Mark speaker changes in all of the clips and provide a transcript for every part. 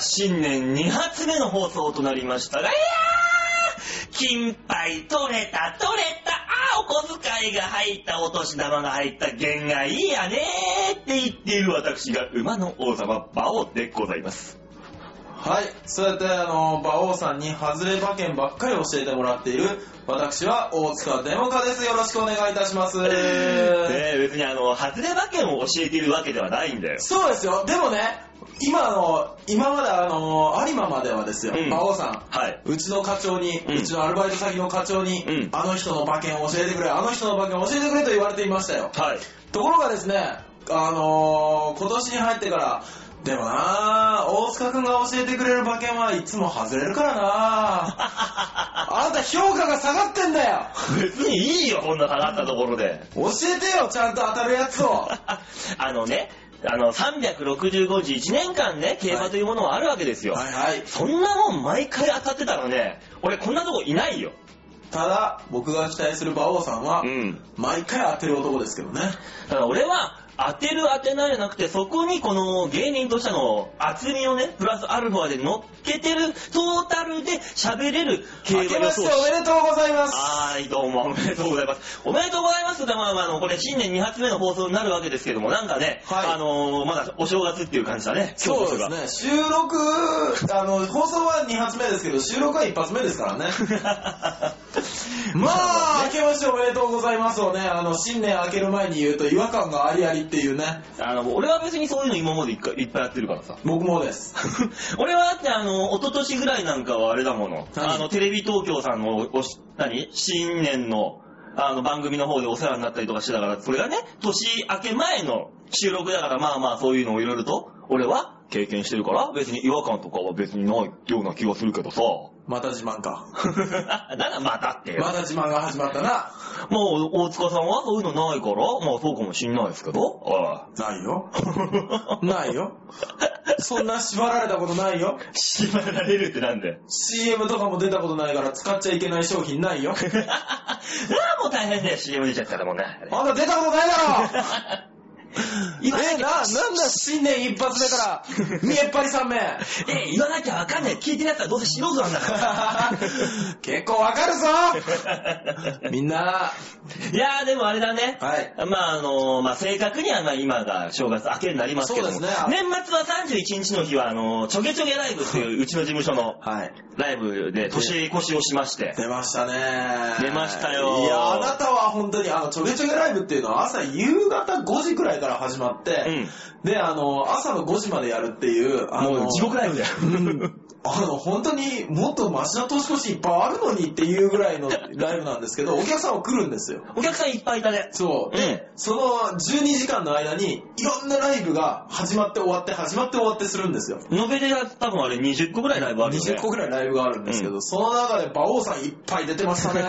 Speaker 1: 新年2発目の放送となりましたが、いやー金杯取れた取れたあーお小遣いが入ったお年玉が入った弦がいいやねーって言っている私が馬の王様馬王でございます。
Speaker 2: はい、そうやって、あの、馬王さんに外れ馬券ばっかり教えてもらっている、私は大塚デモカです。よろしくお願いいたします。
Speaker 1: ねえ別にあの、外れ馬券を教えているわけではないんだよ。
Speaker 2: そうですよ。でもね、今あの、今まであの、有馬まではですよ、
Speaker 1: うん
Speaker 2: 馬王さん。
Speaker 1: はい。
Speaker 2: うちの課長に、
Speaker 1: う
Speaker 2: うんちのアルバイト先の課長に、
Speaker 1: うん
Speaker 2: あの人の馬券を教えてくれ、あの人の馬券を教えてくれと言われていましたよ。
Speaker 1: はい。
Speaker 2: ところがですね、あのー今年に入ってから、でもなぁ、大塚くんが教えてくれる馬券はいつも外れるから なぁ。あなた評価が下がってんだよ
Speaker 1: 別にいいよ、こんな下がったところで。
Speaker 2: 教えてよ、ちゃんと当たるやつを。
Speaker 1: あのね、あの、365日1年間ね、競馬というものはあるわけですよ。
Speaker 2: はいはい。
Speaker 1: そんなもん毎回当たってたらね、俺こんなとこいないよ。
Speaker 2: ただ、僕が期待する馬王さんは、
Speaker 1: ん。
Speaker 2: 毎回当てる男ですけどね。
Speaker 1: だから俺は、当てる当てないじゃなくて、そこにこの芸人としての厚みをね、プラスアルファで乗っけてる、トータルで喋れる競
Speaker 2: 明
Speaker 1: 馬
Speaker 2: け
Speaker 1: 予
Speaker 2: ま
Speaker 1: 想
Speaker 2: し
Speaker 1: 士
Speaker 2: ておめでとうございます。
Speaker 1: はーい、どうも、おめでとうございます。おめでとうございますって、まあまあ、あの、これ、新年2発目の放送になるわけですけども、なんかね、
Speaker 2: はい
Speaker 1: あのーまだお正月っていう感じだね、今日こ
Speaker 2: そ
Speaker 1: そうが。
Speaker 2: ですね。収録、あの、放送は2発目ですけど、収録は1発目ですからね。まあ、明けましておめでとうございますをね、あの、新年明ける前に言うと違和感がありありっていうね、
Speaker 1: あの、俺は別にそういうの今までいっかいっぱいやってるからさ。
Speaker 2: 僕もです。
Speaker 1: 俺はだってあの、一昨年ぐらいなんかはあれだもの。
Speaker 2: 何
Speaker 1: あの、テレビ東京さんのお、おし、何新年の、あの、番組の方でお世話になったりとかしてたから、それがね、年明け前の収録だから、まあまあそういうのをいろいろと、俺は経験してるから、別に違和感とかは別にないような気がするけどさ。
Speaker 2: また自慢か。
Speaker 1: だからまたってよ
Speaker 2: また自慢が始まったな。
Speaker 1: もう、大塚さんはそういうのないから、まあそうかもしんないですけど。あ
Speaker 2: ないよ。
Speaker 1: あ
Speaker 2: ないよ。そんな縛られたことないよ。
Speaker 1: 縛られるってなん で
Speaker 2: CM とかも出たことないから使っちゃいけない商品ないよ。
Speaker 1: ああ、もう大変だよ、CM 出ちゃったらもうね。
Speaker 2: あんた出たことないだろ え、
Speaker 1: 言
Speaker 2: な、
Speaker 1: わなきゃ、
Speaker 2: なんだ新年一発目から、 見えっぱり3名。
Speaker 1: えー、言わなきゃわかんない。聞いてるやつはどうせ素人なんだか
Speaker 2: 結構わかるぞ
Speaker 1: ら。
Speaker 2: みんな、
Speaker 1: いやー、でもあれだね。
Speaker 2: はい。
Speaker 1: まああのーまあ正確にはまあ今が正月明けになりますけども、
Speaker 2: そうですね
Speaker 1: 年末は31日の日はあのーちょげちょげライブっていううちの事務所の
Speaker 2: はい。
Speaker 1: ライブで年越しをしまして、
Speaker 2: 出ましたね。
Speaker 1: 出ましたよ
Speaker 2: いや、あなたは本当に、あの、ちょげちょげライブっていうのは朝夕方5時くらいから始まって、で、あの、朝の5時までやるっていう、あの、
Speaker 1: もう地獄ライブ だよ。
Speaker 2: うんあの、本当にもっとマシな年越しいっぱいあるのにっていうぐらいのライブなんです けど、お客さんは来るんですよ。
Speaker 1: お客さんいっぱいいたね。
Speaker 2: そう。で、
Speaker 1: う
Speaker 2: その12時間の間に、いろんなライブが始まって終わって、始まって終わってするんですよ。
Speaker 1: 延べで多分あれ20個ぐらいライブあるよね。
Speaker 2: 20個ぐらいライブがあるんですけど、
Speaker 1: う
Speaker 2: その中で馬王さんいっぱい出てま したね。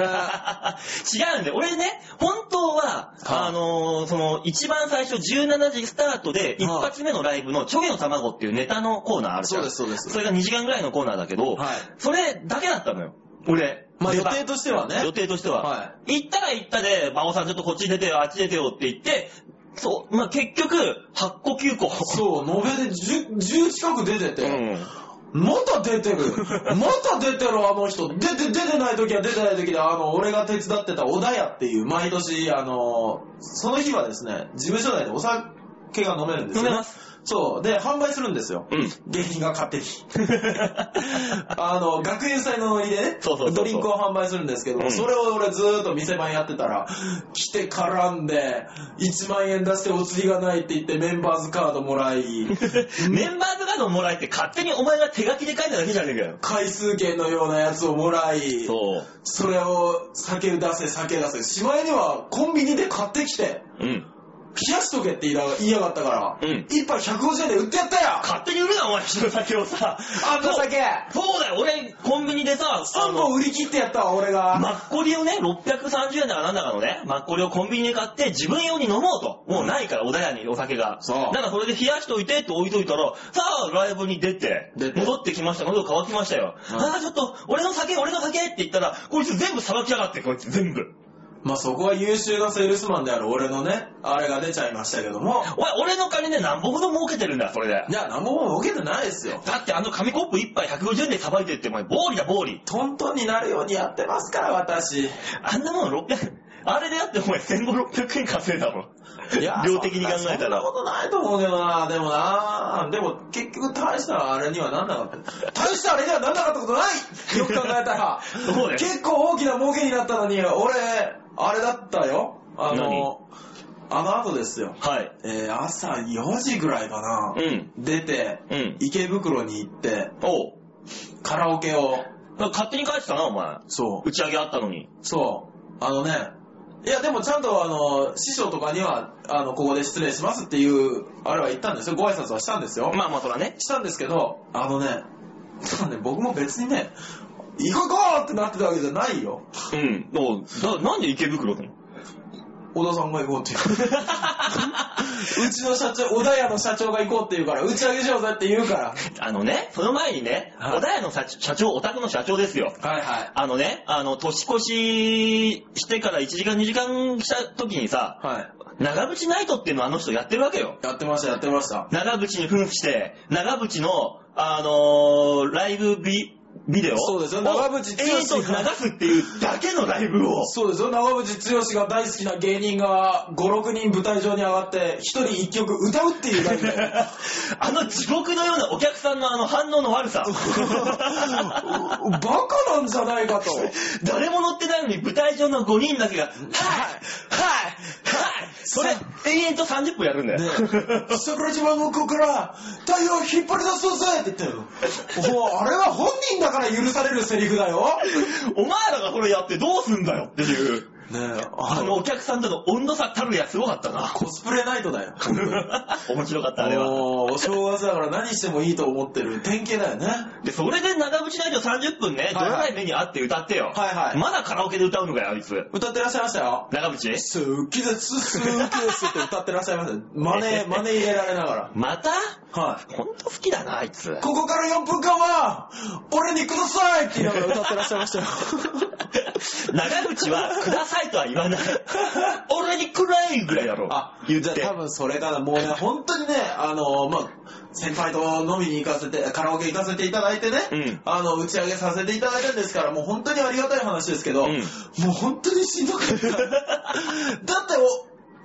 Speaker 1: 違うんで、俺ね、本当は、
Speaker 2: はあ
Speaker 1: あのーその、一番最初17時スタートで、一
Speaker 2: はあ
Speaker 1: 発目のライブの、チョゲの卵っていうネタのコーナーあるじゃん。
Speaker 2: そうですそうです
Speaker 1: それが2時間ぐらいのコーナーだけど、
Speaker 2: はい
Speaker 1: それだけだったのよ。俺。
Speaker 2: まあ
Speaker 1: 出
Speaker 2: 予
Speaker 1: 番
Speaker 2: 定としてはね。
Speaker 1: 予定としては。
Speaker 2: は
Speaker 1: 行ったら行ったで、馬王さんちょっとこっち出てよ、あっち出てよって言って、そう、まあ、結局、8個9個。
Speaker 2: そう、延べで 10, 10近く出てて、
Speaker 1: うん
Speaker 2: また 出てる。また出てる、あの人。出て、出てない時は出てない時で、あの、俺が手伝ってた小田屋っていう、毎年、あの、その日はですね、事務所内でお酒が飲めるんですよ、ね。
Speaker 1: 飲めます
Speaker 2: そう。で、販売するんですよ。
Speaker 1: うん
Speaker 2: 芸人が勝手に。あの、学園祭のノリでね、
Speaker 1: そうそうそうそう
Speaker 2: ドリンクを販売するんですけども、
Speaker 1: うん
Speaker 2: それを俺ずーっと店番やってたら、来て絡んで、1万円出してお釣りがないって言ってメンバーズカードもら い、
Speaker 1: メンバーズカードもらえて勝手にお前が手書きで書いただけじゃねえかよ。
Speaker 2: 回数券のようなやつをもらい、
Speaker 1: そう。
Speaker 2: それを酒出せ酒出せ。しまいにはコンビニで買ってきて、
Speaker 1: うん。
Speaker 2: 冷やしとけって言いな言いやがったから、
Speaker 1: うん
Speaker 2: 一杯150円で売ってやったよ
Speaker 1: 勝手に売るな、お前、人の酒をさ。
Speaker 2: あんた酒
Speaker 1: そうそうだよ、俺、コンビニでさ、あ
Speaker 2: 3
Speaker 1: の、
Speaker 2: 本売り切ってやったわ、俺が。
Speaker 1: マッコリをね、630円だかなんだかのね、マッコリをコンビニで買って、自分用に飲もうと。もうないから、おだやにお酒が。
Speaker 2: そう
Speaker 1: だからそれで冷やしておいてって置いといたら、さあ、ライブに出て、
Speaker 2: 出て
Speaker 1: 戻ってきました、喉乾きましたよ。
Speaker 2: うん
Speaker 1: ああ、ちょっと、俺の酒、俺の酒って言ったら、こいつ全部さばきやがって、こいつ全部。
Speaker 2: まあそこは優秀なセールスマンである俺のね、あれが出ちゃいましたけども、
Speaker 1: おい、俺の金で何ぼほど儲けてるんだ、それで
Speaker 2: い。や、何ももう受けてないですよ。
Speaker 1: だってあの紙コップ一杯150円でさばいてるって、お前、暴利だ、暴利。
Speaker 2: トントンになるようにやってますから、私。
Speaker 1: あんなもん600、あれでやってお前1500、600円稼いだろ。
Speaker 2: いや
Speaker 1: 量的に考え
Speaker 2: そ
Speaker 1: た
Speaker 2: んな
Speaker 1: ら。。
Speaker 2: ことないと思うけどな、でもな、でも結局大したあれにはなんなかった。大したあれにはなんなかったことないよく考えたら
Speaker 1: そうね
Speaker 2: 結構大きな儲けになったのに、俺、あれだったよ。あ
Speaker 1: 何
Speaker 2: の、あの後ですよ。
Speaker 1: はい。
Speaker 2: えー朝4時ぐらいかな。
Speaker 1: うん。
Speaker 2: 出て、
Speaker 1: うん。
Speaker 2: 池袋に行って、
Speaker 1: おう。
Speaker 2: カラオケを、
Speaker 1: 勝手に帰ってたな、お前。
Speaker 2: そう、
Speaker 1: 打ち上げあったのに。
Speaker 2: そう、あのね、いやでもちゃんとあの、師匠とかには、あの、ここで失礼しますっていう、あれは言ったんですよ。ご挨拶はしたんですよ。
Speaker 1: まあまあ、そらね。
Speaker 2: したんですけど、あのね、ただね、僕も別にね、行こう行こうってなってたわけじゃないよ。
Speaker 1: うん。おうだなんで池袋 なの
Speaker 2: 小田さんが行こうって言う。うちの社長、小田屋の社長が行こうって言うから、打ち上げしようぜって言うから。
Speaker 1: あのね、その前にね、
Speaker 2: はい
Speaker 1: 小田屋の社社長、お宅の社長ですよ。
Speaker 2: はいはい。
Speaker 1: あのね、あの、年越ししてから1時間2時間した時にさ、
Speaker 2: はい。
Speaker 1: 長渕ナイトっていうのをあの人やってるわけよ。
Speaker 2: やってました、やってました。
Speaker 1: 長渕に扮して、長渕の、あのーライブビ、ビデオ
Speaker 2: そうですよ
Speaker 1: を
Speaker 2: 長渕剛
Speaker 1: 延々と流すっていうだけのライブを。
Speaker 2: そうですよ、長渕剛が大好きな芸人が5、6人舞台上に上がって、一人一曲歌うっていうだけ で。
Speaker 1: あの地獄のようなお客さんのあの反応の悪さ。
Speaker 2: バカなんじゃないかと。
Speaker 1: 誰も乗ってないのに舞台上の5人だけが、はいはいはいそれ、延々と30分やるんだ
Speaker 2: ね
Speaker 1: よ。
Speaker 2: え、桜島向こうから太陽を引っ張り出そうぜって言ったよ。もうあれは本人だから許されるセリフだよ。
Speaker 1: お前らがそれやってどうすんだよっていう。
Speaker 2: ねえ、
Speaker 1: あ
Speaker 2: あ
Speaker 1: の
Speaker 2: の、
Speaker 1: お客さんとの温度差たるやすごかった な。
Speaker 2: コスプレナイトだよ。
Speaker 1: 面白かった、あれは。
Speaker 2: もうお正月だから何してもいいと思ってる典型だよね。
Speaker 1: で、それで長渕大将30分ね、ど
Speaker 2: はい
Speaker 1: ら
Speaker 2: は
Speaker 1: ないい目にあって歌ってよ。
Speaker 2: はいはい
Speaker 1: まだカラオケで歌うのかよ、あいつ。
Speaker 2: 歌ってらっしゃいましたよ。
Speaker 1: 長渕
Speaker 2: 好きです、好きですって歌ってらっしゃいました。真似、真似入れられながら。
Speaker 1: また
Speaker 2: はい。
Speaker 1: ほんと好きだな、あいつ。
Speaker 2: ここから4分間は、俺にくださいって言いながら歌ってらっしゃいましたよ。
Speaker 1: 長渕は、くださいとは言 わない。俺にくらいぐらいだろ。
Speaker 2: あ、
Speaker 1: 言っ
Speaker 2: じゃあ
Speaker 1: て。
Speaker 2: 多分それからもうね、本当にね、あの、まあ、先輩と飲みに行かせて、カラオケ行かせていただいてね、
Speaker 1: うん
Speaker 2: あの、打ち上げさせていただいたんですから、もう本当にありがたい話ですけど、
Speaker 1: うん
Speaker 2: もう本当にしんどかった。 だって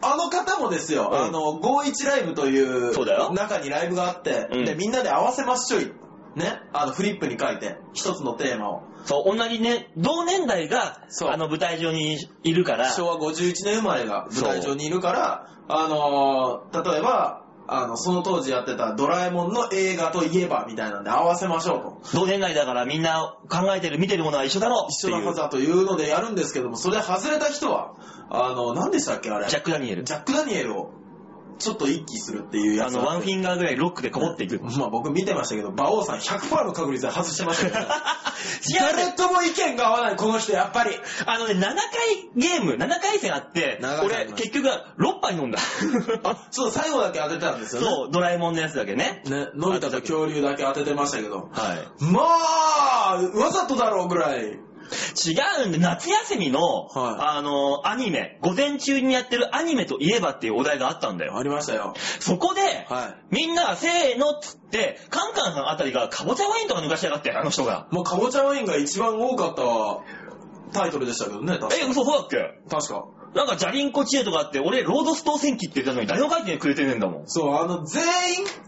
Speaker 2: お、あの方もですよ、
Speaker 1: うん
Speaker 2: あの、51ライブという
Speaker 1: そうだよ
Speaker 2: 中にライブがあって、
Speaker 1: うん
Speaker 2: で、みんなで合わせましょい。ね、あの、フリップに書いて、一つのテーマを。
Speaker 1: そう、同じね、同年代が、
Speaker 2: そう
Speaker 1: あの、舞台上にいるから、
Speaker 2: 昭和51年生まれが舞台上にいるから、あのー例えば、あの、その当時やってたドラえもんの映画といえばみたいなんで合わせましょうと。
Speaker 1: 同年代だからみんな考えてる、見てるものは一緒だろうって
Speaker 2: 一緒
Speaker 1: い
Speaker 2: のは
Speaker 1: う。
Speaker 2: ずだというのでやるんですけども、それ外れた人は、あの、何でしたっけあれ。
Speaker 1: ジ
Speaker 2: ジ
Speaker 1: ャック・ダニエル。
Speaker 2: ャック・ダニエルをちょっと一気するっていうや
Speaker 1: あ
Speaker 2: つ
Speaker 1: の、ワンフ
Speaker 2: ン
Speaker 1: ィンガーぐらいロックでこもっていく。違う
Speaker 2: まあ僕見てましたけど、馬王さん100%の確率で外して ましたけど、誰
Speaker 1: ね
Speaker 2: とも意見が合わない、この人、やっぱり。
Speaker 1: あのね、7回ゲーム、7回戦あって
Speaker 2: 長、かった
Speaker 1: 俺、結局、6杯飲んだ。
Speaker 2: あ、 そう、最後だけ当てたんですよね。
Speaker 1: そう、ドラえもんのやつだけね。
Speaker 2: ね、のび太と恐竜だけ当ててましたけど。
Speaker 1: はい。
Speaker 2: まあ、わざとだろうぐらい。
Speaker 1: 違うんで、夏休みの、
Speaker 2: はい
Speaker 1: あの、アニメ、午前中にやってるアニメといえばっていうお題があったんだよ。
Speaker 2: ありましたよ。
Speaker 1: そこで、
Speaker 2: は
Speaker 1: みんながせーのっつって、カンカンさんあたりがカボチャワインとか抜かしやがって、あの人が。
Speaker 2: い。もう、かぼちゃワインが一番多かったタイトルでしたけどね、確か。
Speaker 1: え、嘘そうだっけ
Speaker 2: 確か。
Speaker 1: なんか、ジャリンコ知恵とかあって、俺、ロードストー戦記って言ったのに誰も書いてくれてねえんだもん。
Speaker 2: そう、あの、全員、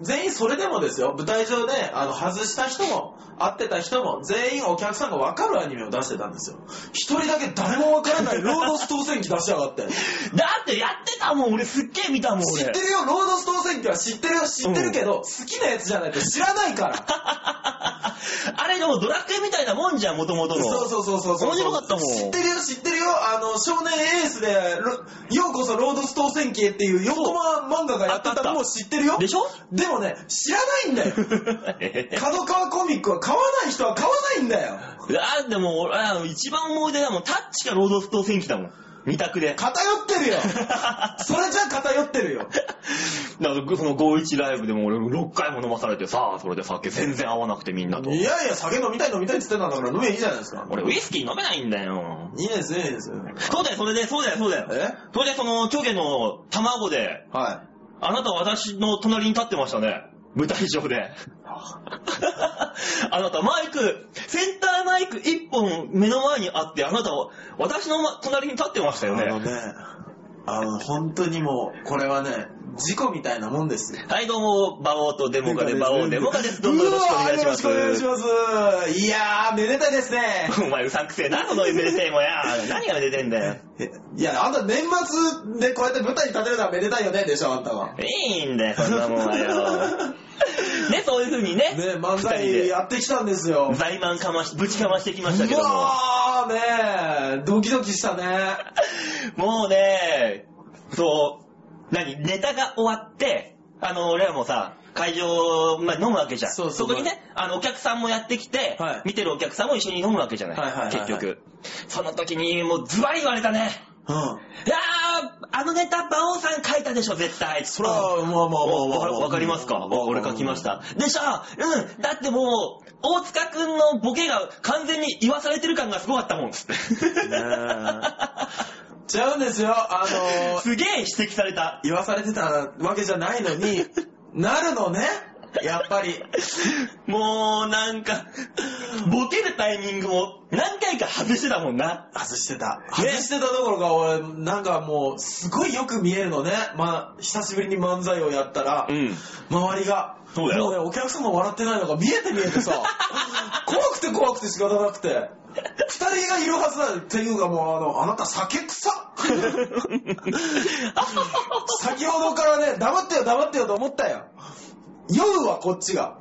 Speaker 2: 全員それでもですよ、舞台上で、あの、外した人も、合ってた人も、全員お客さんがわかるアニメを出してたんですよ。一人だけ誰もわから ないロードス当選機出しやがって。
Speaker 1: だってやってたもん、俺すっげえ見たもん、
Speaker 2: 知
Speaker 1: 俺。
Speaker 2: ってるよ、ロードス当選機は知ってるよ、知ってるけど、好きなやつじゃないと知らないから。
Speaker 1: あれでもドラクエみたいなもんじゃん、もともとの。
Speaker 2: そうそうそうそうそう。
Speaker 1: 面白かったもん
Speaker 2: 知ってるよ、知ってるよ。あの、少年エースで、ロようこそロードス当選記へっていう4コマ漫画がやって
Speaker 1: あったあ
Speaker 2: た
Speaker 1: った
Speaker 2: のも知ってるよ。
Speaker 1: でしょ
Speaker 2: でもね、知らないんだよ。角川コミックは買わない人は買わないんだよ。
Speaker 1: あ、でも俺、あ一番思い出だもん、タッチかロードストー戦記だもん。二択で。
Speaker 2: 偏ってるよそれじゃ偏ってるよ。
Speaker 1: だからその51ライブでも俺6回も飲まされてさあ、それで酒全然合わなくてみんなと。
Speaker 2: いやいや、酒飲みたい飲みたいって言ってたんだから飲めばいいじゃないですか。
Speaker 1: 俺ウイスキー飲めないんだよ。
Speaker 2: いいですね、いいですね。
Speaker 1: そうだよ、それで、そうだよ、そうだよ。
Speaker 2: え
Speaker 1: それでその、巨家の卵で、
Speaker 2: は
Speaker 1: あなたは私の隣に立ってましたね。舞台上で。 あなたマイク、センターマイク1本目の前にあって、あなたは私のま隣に立ってました
Speaker 2: い。
Speaker 1: よ
Speaker 2: あの
Speaker 1: ね。
Speaker 2: ね、あの、本当にもう、これはね、事故みたいなもんですよ。
Speaker 1: はい、どうも、バオとデモカで、バオデモカです。どうぞよろしくお願いします。
Speaker 2: うわーよろしくお願いします。いやー、めでたいですね。
Speaker 1: お前うさんくせえな、この先生もや。何が出てんだよ。
Speaker 2: えいや、あんた年末でこうやって舞台に立てるのはめでたいよね、でしょ、あんたは。
Speaker 1: いいんだよ、そんなもんはよ。ね、そういう風にね。
Speaker 2: ね、漫
Speaker 1: 二人
Speaker 2: 才
Speaker 1: で
Speaker 2: やってきたんですよ。
Speaker 1: 財満かまし、ぶちかましてきましたけ
Speaker 2: う
Speaker 1: ども。
Speaker 2: わー、ねドキドキしたね。
Speaker 1: もうね、そう、何、ネタが終わって、あの、俺らもさ、会場、まあ、飲むわけじゃん。
Speaker 2: そうそう
Speaker 1: こにね、あの、お客さんもやってきて、
Speaker 2: はい
Speaker 1: 見てるお客さんも一緒に飲むわけじゃない。
Speaker 2: はいはいはいはい
Speaker 1: 結局。その時に、もうズバリ言われたね。
Speaker 2: うん。
Speaker 1: いやー、あのネタ、馬王さん書いたでしょ、絶対。そ
Speaker 2: らまあまあまあまあ
Speaker 1: わわかりますか
Speaker 2: うん
Speaker 1: 俺書きました。でしょうん。だってもう、大塚くんのボケが完全に言わされてる感がすごかったもん。
Speaker 2: ちゃうんですよ。あの ー、
Speaker 1: すげえ指摘された。
Speaker 2: 言わされてたわけじゃないのに、なるのね。やっぱり。
Speaker 1: もうなんか、ボケるタイミングも何回か外してたもんな。
Speaker 2: 外してた。外
Speaker 1: ね
Speaker 2: してたどころか、俺、なんかもう、すごいよく見えるのね。まあ、久しぶりに漫才をやったら、
Speaker 1: ん。
Speaker 2: 周りが。
Speaker 1: そうだよ
Speaker 2: もうね、お客さんが笑ってないのが見えて見え てさ、怖くて怖くて仕方なくて。二人がいるはずだよっていうかもう、あの、あなた酒臭っ先ほどからね、黙ってよ黙ってよと思ったよ。酔うわ、こっちが。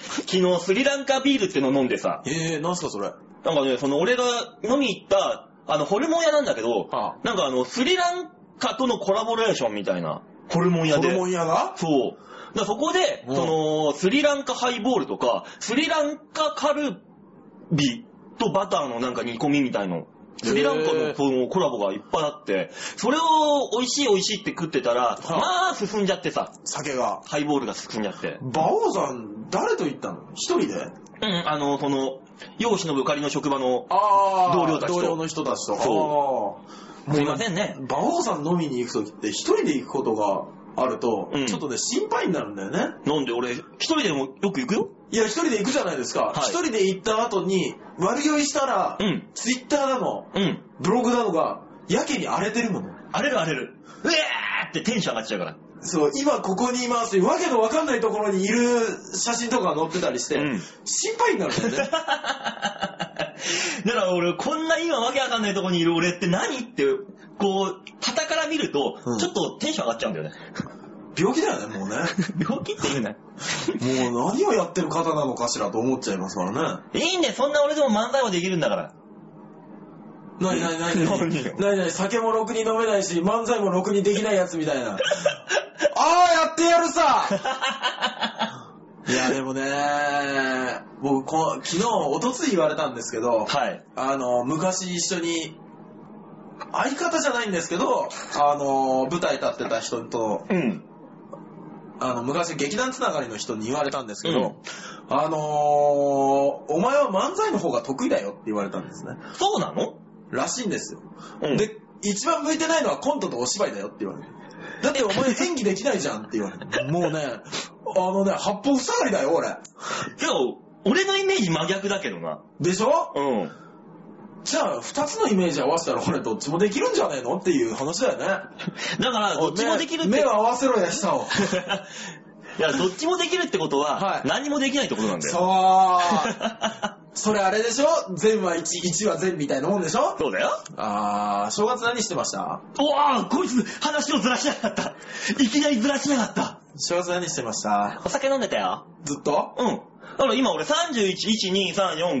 Speaker 1: 昨日スリランカビールっての飲んでさ、
Speaker 2: えー、なんすかそれ。
Speaker 1: なんかね、その俺が飲み行った、あの、ホルモン屋なんだけど、
Speaker 2: は
Speaker 1: なんかあの、スリランカとのコラボレーションみたいな、ホルモン屋
Speaker 2: ホ
Speaker 1: で。
Speaker 2: ルモン屋が
Speaker 1: そう。だからそこで、
Speaker 2: うん
Speaker 1: その、スリランカハイボールとか、スリランカカルビとバターのなんか煮込みみたいの。スリランカの
Speaker 2: へー
Speaker 1: そのコラボがいっぱいあって、それを美味しい美味しいって食ってたら、まあ進んじゃってさ、
Speaker 2: 酒が。
Speaker 1: ハイボールが進んじゃって。
Speaker 2: 馬王さん、誰と行ったの一人で
Speaker 1: うん、あの、その、世を忍ぶ仮の職場の、
Speaker 2: あ
Speaker 1: 同僚たちと
Speaker 2: 同僚の人たちと。
Speaker 1: そ
Speaker 2: あー
Speaker 1: すいませんね。
Speaker 2: 馬王さん飲みに行くときって一人で行くことがあると、
Speaker 1: うん
Speaker 2: ちょっとね、心配になるんだよね。
Speaker 1: なんで俺、一人でもよく行くよ
Speaker 2: いや、一人で行くじゃないですか。
Speaker 1: い
Speaker 2: 一、人で行った後に、悪酔いしたら、
Speaker 1: うん
Speaker 2: ツイッターだの、
Speaker 1: うん。
Speaker 2: ブログだのが、やけに荒れてるもの。
Speaker 1: 荒れる荒れる。うえーってテンション上がっちゃうから。
Speaker 2: そう、今ここにいますわけのわかんないところにいる写真とかが載ってたりして、
Speaker 1: うん
Speaker 2: 心配になるんだよ ね。
Speaker 1: だから俺、こんな今わけわかんないとこにいる俺って何って、こう、旗から見ると
Speaker 2: う、ん
Speaker 1: ちょっとテンション上がっちゃうんだよね。
Speaker 2: 病気だよね、もうね。
Speaker 1: 病気って言う な。
Speaker 2: もう何をやってる方なのかしらと思っちゃいますからね。
Speaker 1: いいんだよ、そんな俺でも漫才はできるんだから。
Speaker 2: なになに なにな
Speaker 1: 何
Speaker 2: に
Speaker 1: よ
Speaker 2: なになに酒もろくに飲めないし、漫才もろくにできないやつみたい な。ああ、やってやるさ いや、でもね、僕こ、昨日、おとつい言われたんですけど、
Speaker 1: はい。
Speaker 2: あの、昔一緒に、相方じゃないんですけど、あの、舞台立ってた人と、
Speaker 1: うん。
Speaker 2: あの、昔劇団つながりの人に言われたんですけ
Speaker 1: うん
Speaker 2: ど、あのー、お前は漫才の方が得意だよって言われたんですね。
Speaker 1: そうなの
Speaker 2: らしいんですよ。
Speaker 1: うん。
Speaker 2: で、一番向いてないのはコントとお芝居だよって言われる。だってお前演技できないじゃんって言われる。もうね、あのね、八方塞がりだよ、俺。
Speaker 1: けど、俺のイメージ真逆だけどな。
Speaker 2: でしょ
Speaker 1: うん。
Speaker 2: じゃあ、二つのイメージ合わせたら俺どっちもできるんじゃねえのっていう話だよね。
Speaker 1: だから、どっちもできるって。
Speaker 2: 目 目を合わせろや、久を。
Speaker 1: いや、どっちもできるってこと
Speaker 2: は
Speaker 1: は、
Speaker 2: い
Speaker 1: 何もできないってことなんだよ。
Speaker 2: そう。それあれでしょ善は1、1は善みたいなもんでしょ
Speaker 1: そうだよ。
Speaker 2: あー、正月何してました
Speaker 1: うわあ、こいつ、話をずらしやがった。いきなりずらしやがった。
Speaker 2: 正月何してました
Speaker 1: お酒飲んでたよ。
Speaker 2: ずっと
Speaker 1: うん。だから今俺31、1、2、3、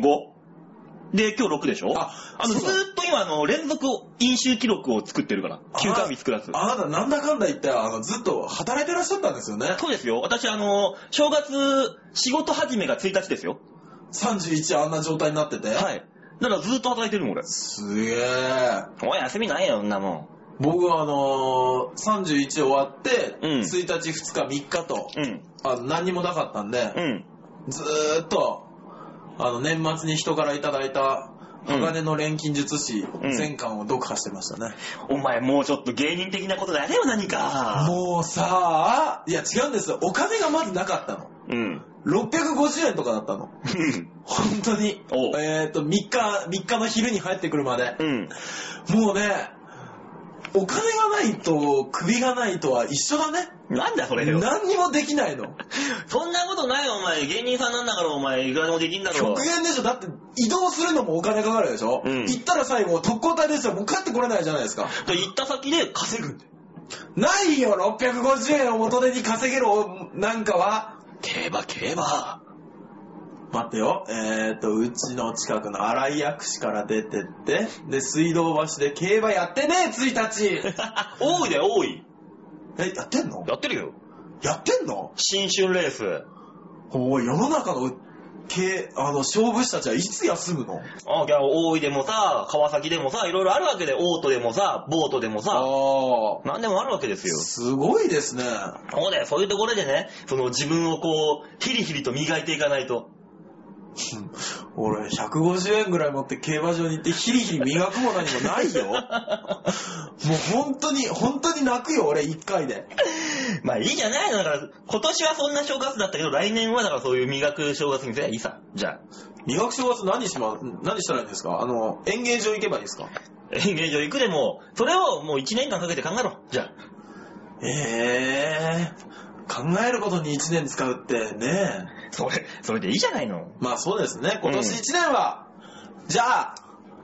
Speaker 1: 4、5。で、今日6でしょ
Speaker 2: あ
Speaker 1: あの、
Speaker 2: そ
Speaker 1: ず
Speaker 2: うだ
Speaker 1: ーっと今、あの、連続飲酒記録を作ってるから。休館日作らず。
Speaker 2: あなたなんだかんだ言って、あの、ずっと働いてらっしゃったんですよね。
Speaker 1: そうですよ。私、あの、正月、仕事始めが1日ですよ。
Speaker 2: 31あんな状態になってて。
Speaker 1: はい。だからずっと働いてるもん、俺。
Speaker 2: すげえ。
Speaker 1: おい、休みないよ、そんなも
Speaker 2: 僕はあのー、31終わって、
Speaker 1: うん
Speaker 2: 1日、2日、3日と、
Speaker 1: ん。うん。
Speaker 2: あ何にもなかったんで、
Speaker 1: うん。
Speaker 2: ずーっと、あの、年末に人からいただいた、
Speaker 1: うん
Speaker 2: 鋼の錬金術師、
Speaker 1: ん
Speaker 2: 全巻を読破してましたね。
Speaker 1: お前、もうちょっと芸人的なことやれよ、何か。
Speaker 2: もうさあ、いや違うんですよ。お金がまずなかったの。
Speaker 1: うん。
Speaker 2: 650円とかだったの。本当に
Speaker 1: お。う
Speaker 2: えっ、と、3日、3日の昼に入ってくるまで。
Speaker 1: うん。
Speaker 2: もうね、お金がないと、首がないとは一緒だね。
Speaker 1: なんだ、それよ。
Speaker 2: 何にもできないの。
Speaker 1: そんなことないよ、お前。芸人さんなんだから、お前、いくらでもできんだろ
Speaker 2: 極。限でしょだって、移動するのもお金かかるでしょ、
Speaker 1: うん
Speaker 2: 行ったら最後、特攻隊ですよ。もう帰ってこれないじゃないですか。
Speaker 1: と言った先で稼ぐんだよ。
Speaker 2: ないよ、650円を元手に稼げるおなんかは。
Speaker 1: 競馬、競馬。
Speaker 2: 待ってよ。えー、っと、うちの近くの荒井薬師から出てって、で、水道橋で競馬やってねえ、1日
Speaker 1: 多いだよ、多い。
Speaker 2: え、やってんの
Speaker 1: やってるよ。
Speaker 2: やってんの
Speaker 1: 新春レース。
Speaker 2: おい、世の中の、けあの、勝負師たちはいつ休むの
Speaker 1: あ、いや、大井でもさ、川崎でもさ、いろいろあるわけで、オートでもさ、ボートでもさ、
Speaker 2: あ
Speaker 1: なんでもあるわけです
Speaker 2: ー
Speaker 1: よ。
Speaker 2: すごいですね。
Speaker 1: そうだよ、そういうところでね、その自分をこう、ヒリヒリと磨いていかないと。
Speaker 2: 俺、150円ぐらい持って競馬場に行ってヒリヒリ磨くも何もない よ。もう本当に、本当に泣くよ、俺、1回で。
Speaker 1: まあいいじゃないの、だから、今年はそんな正月だったけど、来年はだからそういう磨く正月にせやいいさ。じゃあ、
Speaker 2: 磨く正月何しま、何したらいいんですかあの、演芸場行けばいいですか
Speaker 1: 演芸場行くでも、それをもう1年間かけて考えろ。じゃあ。
Speaker 2: ええ考えることに1年使うってね。
Speaker 1: それ、それでいいじゃないの。
Speaker 2: まあそうですね、今年1年は。じゃあ、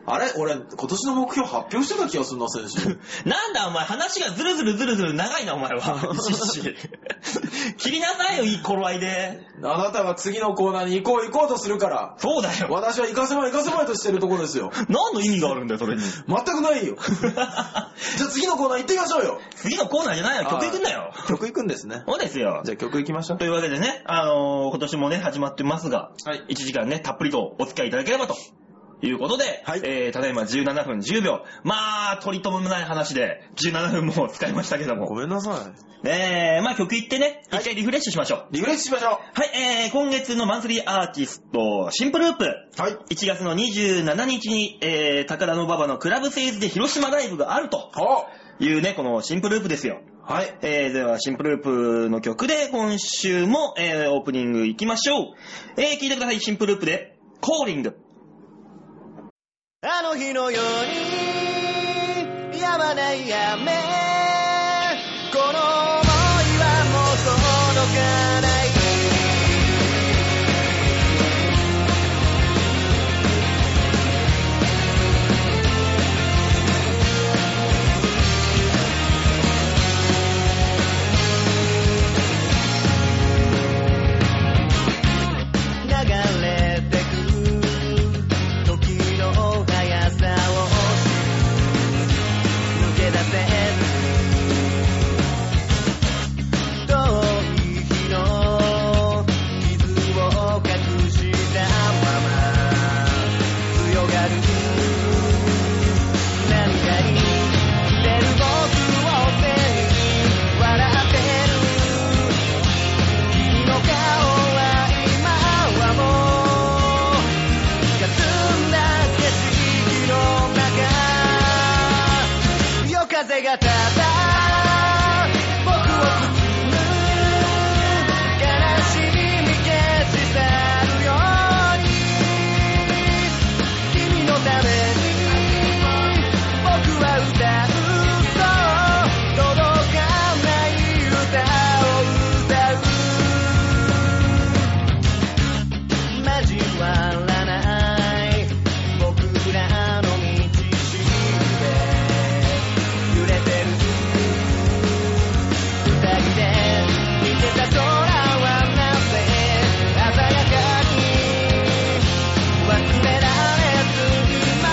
Speaker 2: あれ俺、今年の目標発表してた気がするな、選 手。
Speaker 1: なんだお前、話がずるずるずるずる長いな、お前は。いちいち 切りなさいよ、いい頃合いで。
Speaker 2: あなたが次のコーナーに行こう行こうとするから、
Speaker 1: そうだよ。
Speaker 2: 私は行かせまい行かせまいとしてるところですよ。
Speaker 1: 何の意味があるんだよ、それに。
Speaker 2: 全くない よ。じゃあ次のコーナー行ってみましょうよ。
Speaker 1: 次のコーナーじゃないよ、曲行くんだよ。
Speaker 2: 曲行くんですね。
Speaker 1: そうですよ。
Speaker 2: じゃあ曲行きましょう
Speaker 1: と。いうわけでね、あのー今年もね、始まってますが、
Speaker 2: はい
Speaker 1: 1時間ね、たっぷりとお付き合いいただければと。いうことで、
Speaker 2: はい
Speaker 1: えー、ただいま17分10秒。まあ、取り留めもない話で、17分も使いましたけども。
Speaker 2: ごめんなさ
Speaker 1: えー、まあ曲行ってね、
Speaker 2: はい
Speaker 1: 一回リフレッシュしましょう。
Speaker 2: い。リフレッシュしましょ
Speaker 1: はい、えー、今月のマンスリーアーティスト、シンプループ。
Speaker 2: う。はい。
Speaker 1: 1月の27日に、えー、高田の馬場のクラブセイズで広島ライブがあると
Speaker 2: は
Speaker 1: いうね、このシンプループですよ。
Speaker 2: あはい。
Speaker 1: えー、では、シンプループの曲で、今週も、えー、オープニングいきましょう。えー、聴いてください、シンプループで、コーリング。
Speaker 3: あの日のように止まない雨この想いはもう届かない流れてく時の速さを抜け出せる遠い日の傷を隠したまま強がる涙に出る僕を背に笑ってる「君の顔は今はもうかすんでいる」「景色の中」「夜風がただ僕を包む」「悲しみ消し去るように」「君のために僕は歌う」「そう届かない歌を歌う」交わらない僕らの道しるべ揺れてる二人で見てた空はなぜ鮮やかに忘れられず今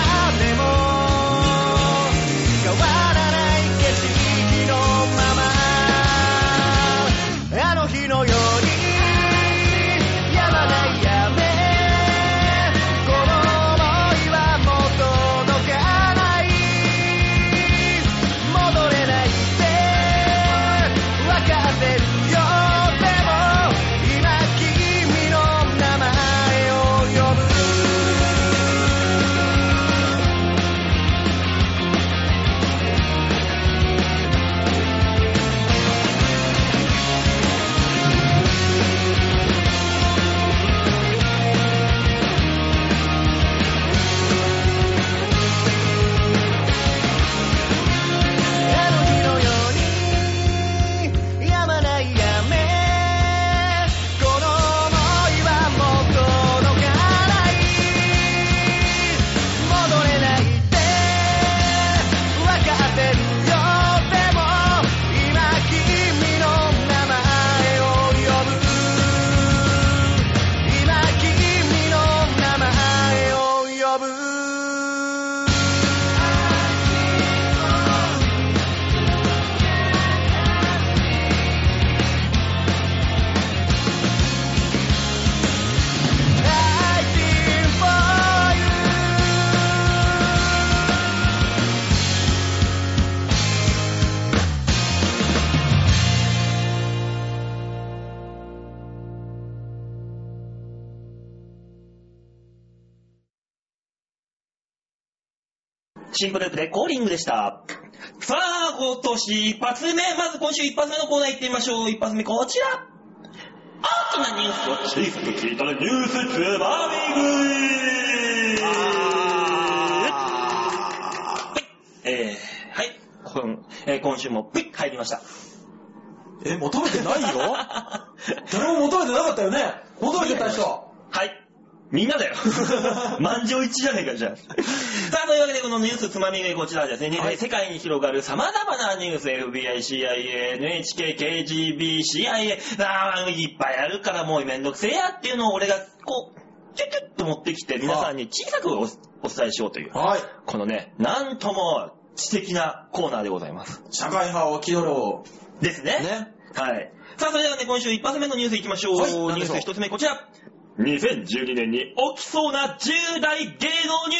Speaker 1: 新グループレコーリングでした。さあ、今年一発目、まず今週一発目のコーナー行ってみましょう。一発目こちら。大きなニュースを小さく聞いたらニュースつまみ食いえー、はい。こんえー今週もピッ入りました。
Speaker 2: え、求めてな い よ誰も求めてなかったよね求めてた人
Speaker 1: はい。みんな だよ。満場一致じゃねえか、じゃあ。さあ、というわけで、このニュースつまみ食いこちらですね。
Speaker 2: はい
Speaker 1: 世界に広がる様々なニュース、FBI、CIA、NHK、KGB、CIA、あーいっぱいあるからもうめんどくせえやっていうのを俺が、こう、キュッキュッと持ってきて、皆さんに小さくおお伝えしようという。
Speaker 2: はい。
Speaker 1: このね、なんとも知的なコーナーでございます。
Speaker 2: 社会派を気取ろ
Speaker 1: です
Speaker 2: う。ね。
Speaker 1: はい。さあ、それではね、今週一発目のニュースいきましょう。
Speaker 2: はい
Speaker 1: ニ
Speaker 2: 何
Speaker 1: ュ
Speaker 2: で
Speaker 1: ー
Speaker 2: しょう
Speaker 1: ス一つ目、こちら。2012年に起きそうな重大芸能ニ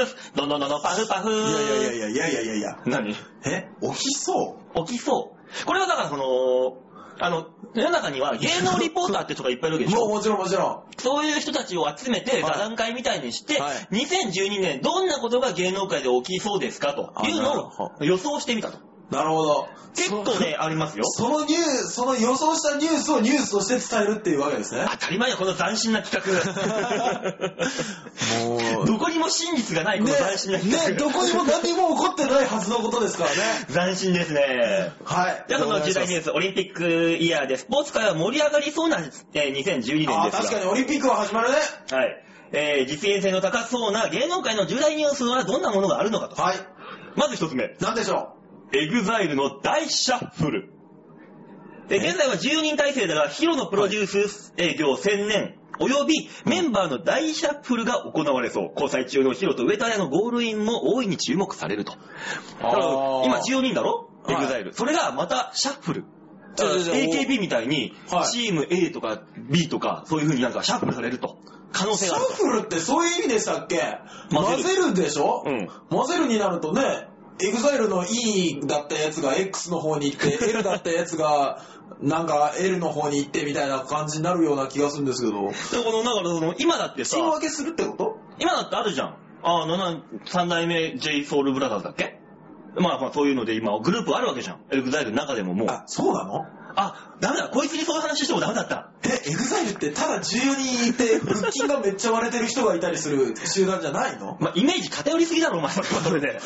Speaker 1: ュースどんどんどんどんパフパフ
Speaker 2: いやいやいやいやいやいやいや。
Speaker 1: 何
Speaker 2: え起きそう
Speaker 1: 起きそう。これはだからその、あの、世の中には芸能リポーターって人がいっぱいいるわけでし
Speaker 2: もう
Speaker 1: ょ
Speaker 2: もちろんもちろん。
Speaker 1: そういう人たちを集めて
Speaker 2: はい
Speaker 1: 座談会みたいにして、
Speaker 2: はい
Speaker 1: 2012年どんなことが芸能界で起きそうですかという
Speaker 2: あなる
Speaker 1: の
Speaker 2: ほ
Speaker 1: を予想してみたと。
Speaker 2: なるほど。
Speaker 1: 結構ね、ありますよ。
Speaker 2: そのニュース、その予想したニュースをニュースとして伝えるっていうわけですね。
Speaker 1: 当たり前よ、この斬新な企 画。
Speaker 2: も
Speaker 1: どこにも真実がない、この斬新な企画。
Speaker 2: ね、どこにも何にも起こってないはずのことですからね。
Speaker 1: 斬新ですね。
Speaker 2: はい。
Speaker 1: じゃあその重大ニュー
Speaker 2: ス。
Speaker 1: ス、オリンピックイヤーでスポーツ界は盛り上がりそうなんです。えー2012年ですが。
Speaker 2: あー、確かにオリンピックは始まるね。
Speaker 1: はい。えー実現性の高そうな芸能界の重大ニュースはどんなものがあるのかと。
Speaker 2: はい。
Speaker 1: まず一つ目。
Speaker 2: なんでしょ
Speaker 1: エグザイルの大シャッフル。え現在は10人体制だが、ヒロのプロデュース営業1000年、およびメンバーの大シャッフルが行われそう。交際中のヒロと上田屋のゴールインも大いに注目されると。だから
Speaker 2: あー
Speaker 1: 今14人だろ
Speaker 2: はい
Speaker 1: エグザイル。それがまたシャッフル。
Speaker 2: ちょちょちょ
Speaker 1: AKB みたいに、
Speaker 2: はい
Speaker 1: チーム A とか B とか、そういう風になんかシャッフルされると。可能
Speaker 2: う
Speaker 1: 性
Speaker 2: シ
Speaker 1: が
Speaker 2: ャ
Speaker 1: ある
Speaker 2: ッフルってそういう意味でしたっけ
Speaker 1: 混ぜ
Speaker 2: 混ぜるでしょ
Speaker 1: うん
Speaker 2: 混ぜるになるとね、エグザイルの E だったやつが X の方に 行って、L だったやつが、なんか L の方に行ってみたいな感じになるような気がするんですけど。
Speaker 1: と。でこの、だからその、今だってさ
Speaker 2: チー、ム分けするってこと
Speaker 1: 今だってあるじゃん。あの、な、三代目 j ソ o u l b r o t h e だっけまあまあそういうので今グループあるわけじゃん。エグザイルの中でももう。
Speaker 2: あ、そうなの
Speaker 1: あ、ダメだ。こいつにそういう話してもダメだった。
Speaker 2: え、エグザイルってただ14人いて、腹筋がめっちゃ割れてる人がいたりする集団じゃないの
Speaker 1: まあイメージ偏りすぎだろ、お前。それはそれで。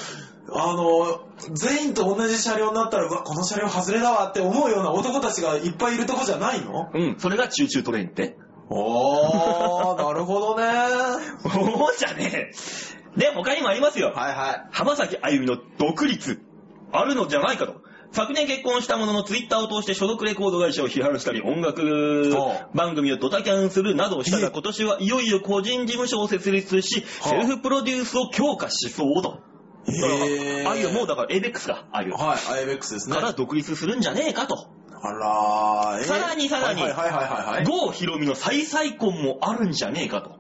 Speaker 2: あの、全員と同じ車両になったら、うわ、この車両外れだわって思うような男たちがいっぱいいるとこじゃないの
Speaker 1: うん。それがチューチュートレインって。
Speaker 2: おー、なるほどね。は
Speaker 1: おーじゃねえ。で、他にもありますよ。
Speaker 2: いは
Speaker 1: 浜崎あゆみの独立。あるのじゃないかと。昨年結婚したもののツイッターを通して所属レコード会社を批判したり、音楽
Speaker 2: はあ
Speaker 1: 番組をドタキャンするなどをした
Speaker 2: え
Speaker 1: が、
Speaker 2: え
Speaker 1: 今年はいよいよ個人事務所を設立し、
Speaker 2: はあ
Speaker 1: セルフプロデュースを強化しそうと。
Speaker 2: い。へー
Speaker 1: あゆはもうだから ABEX か、あゆ。
Speaker 2: はい、IMX ですね。
Speaker 1: から独立するんじゃねえかと。
Speaker 2: あらー、えー
Speaker 1: さらにさらに
Speaker 2: はいはいはいはい、はい。
Speaker 1: 郷ひろみの再再婚もあるんじゃねえかと。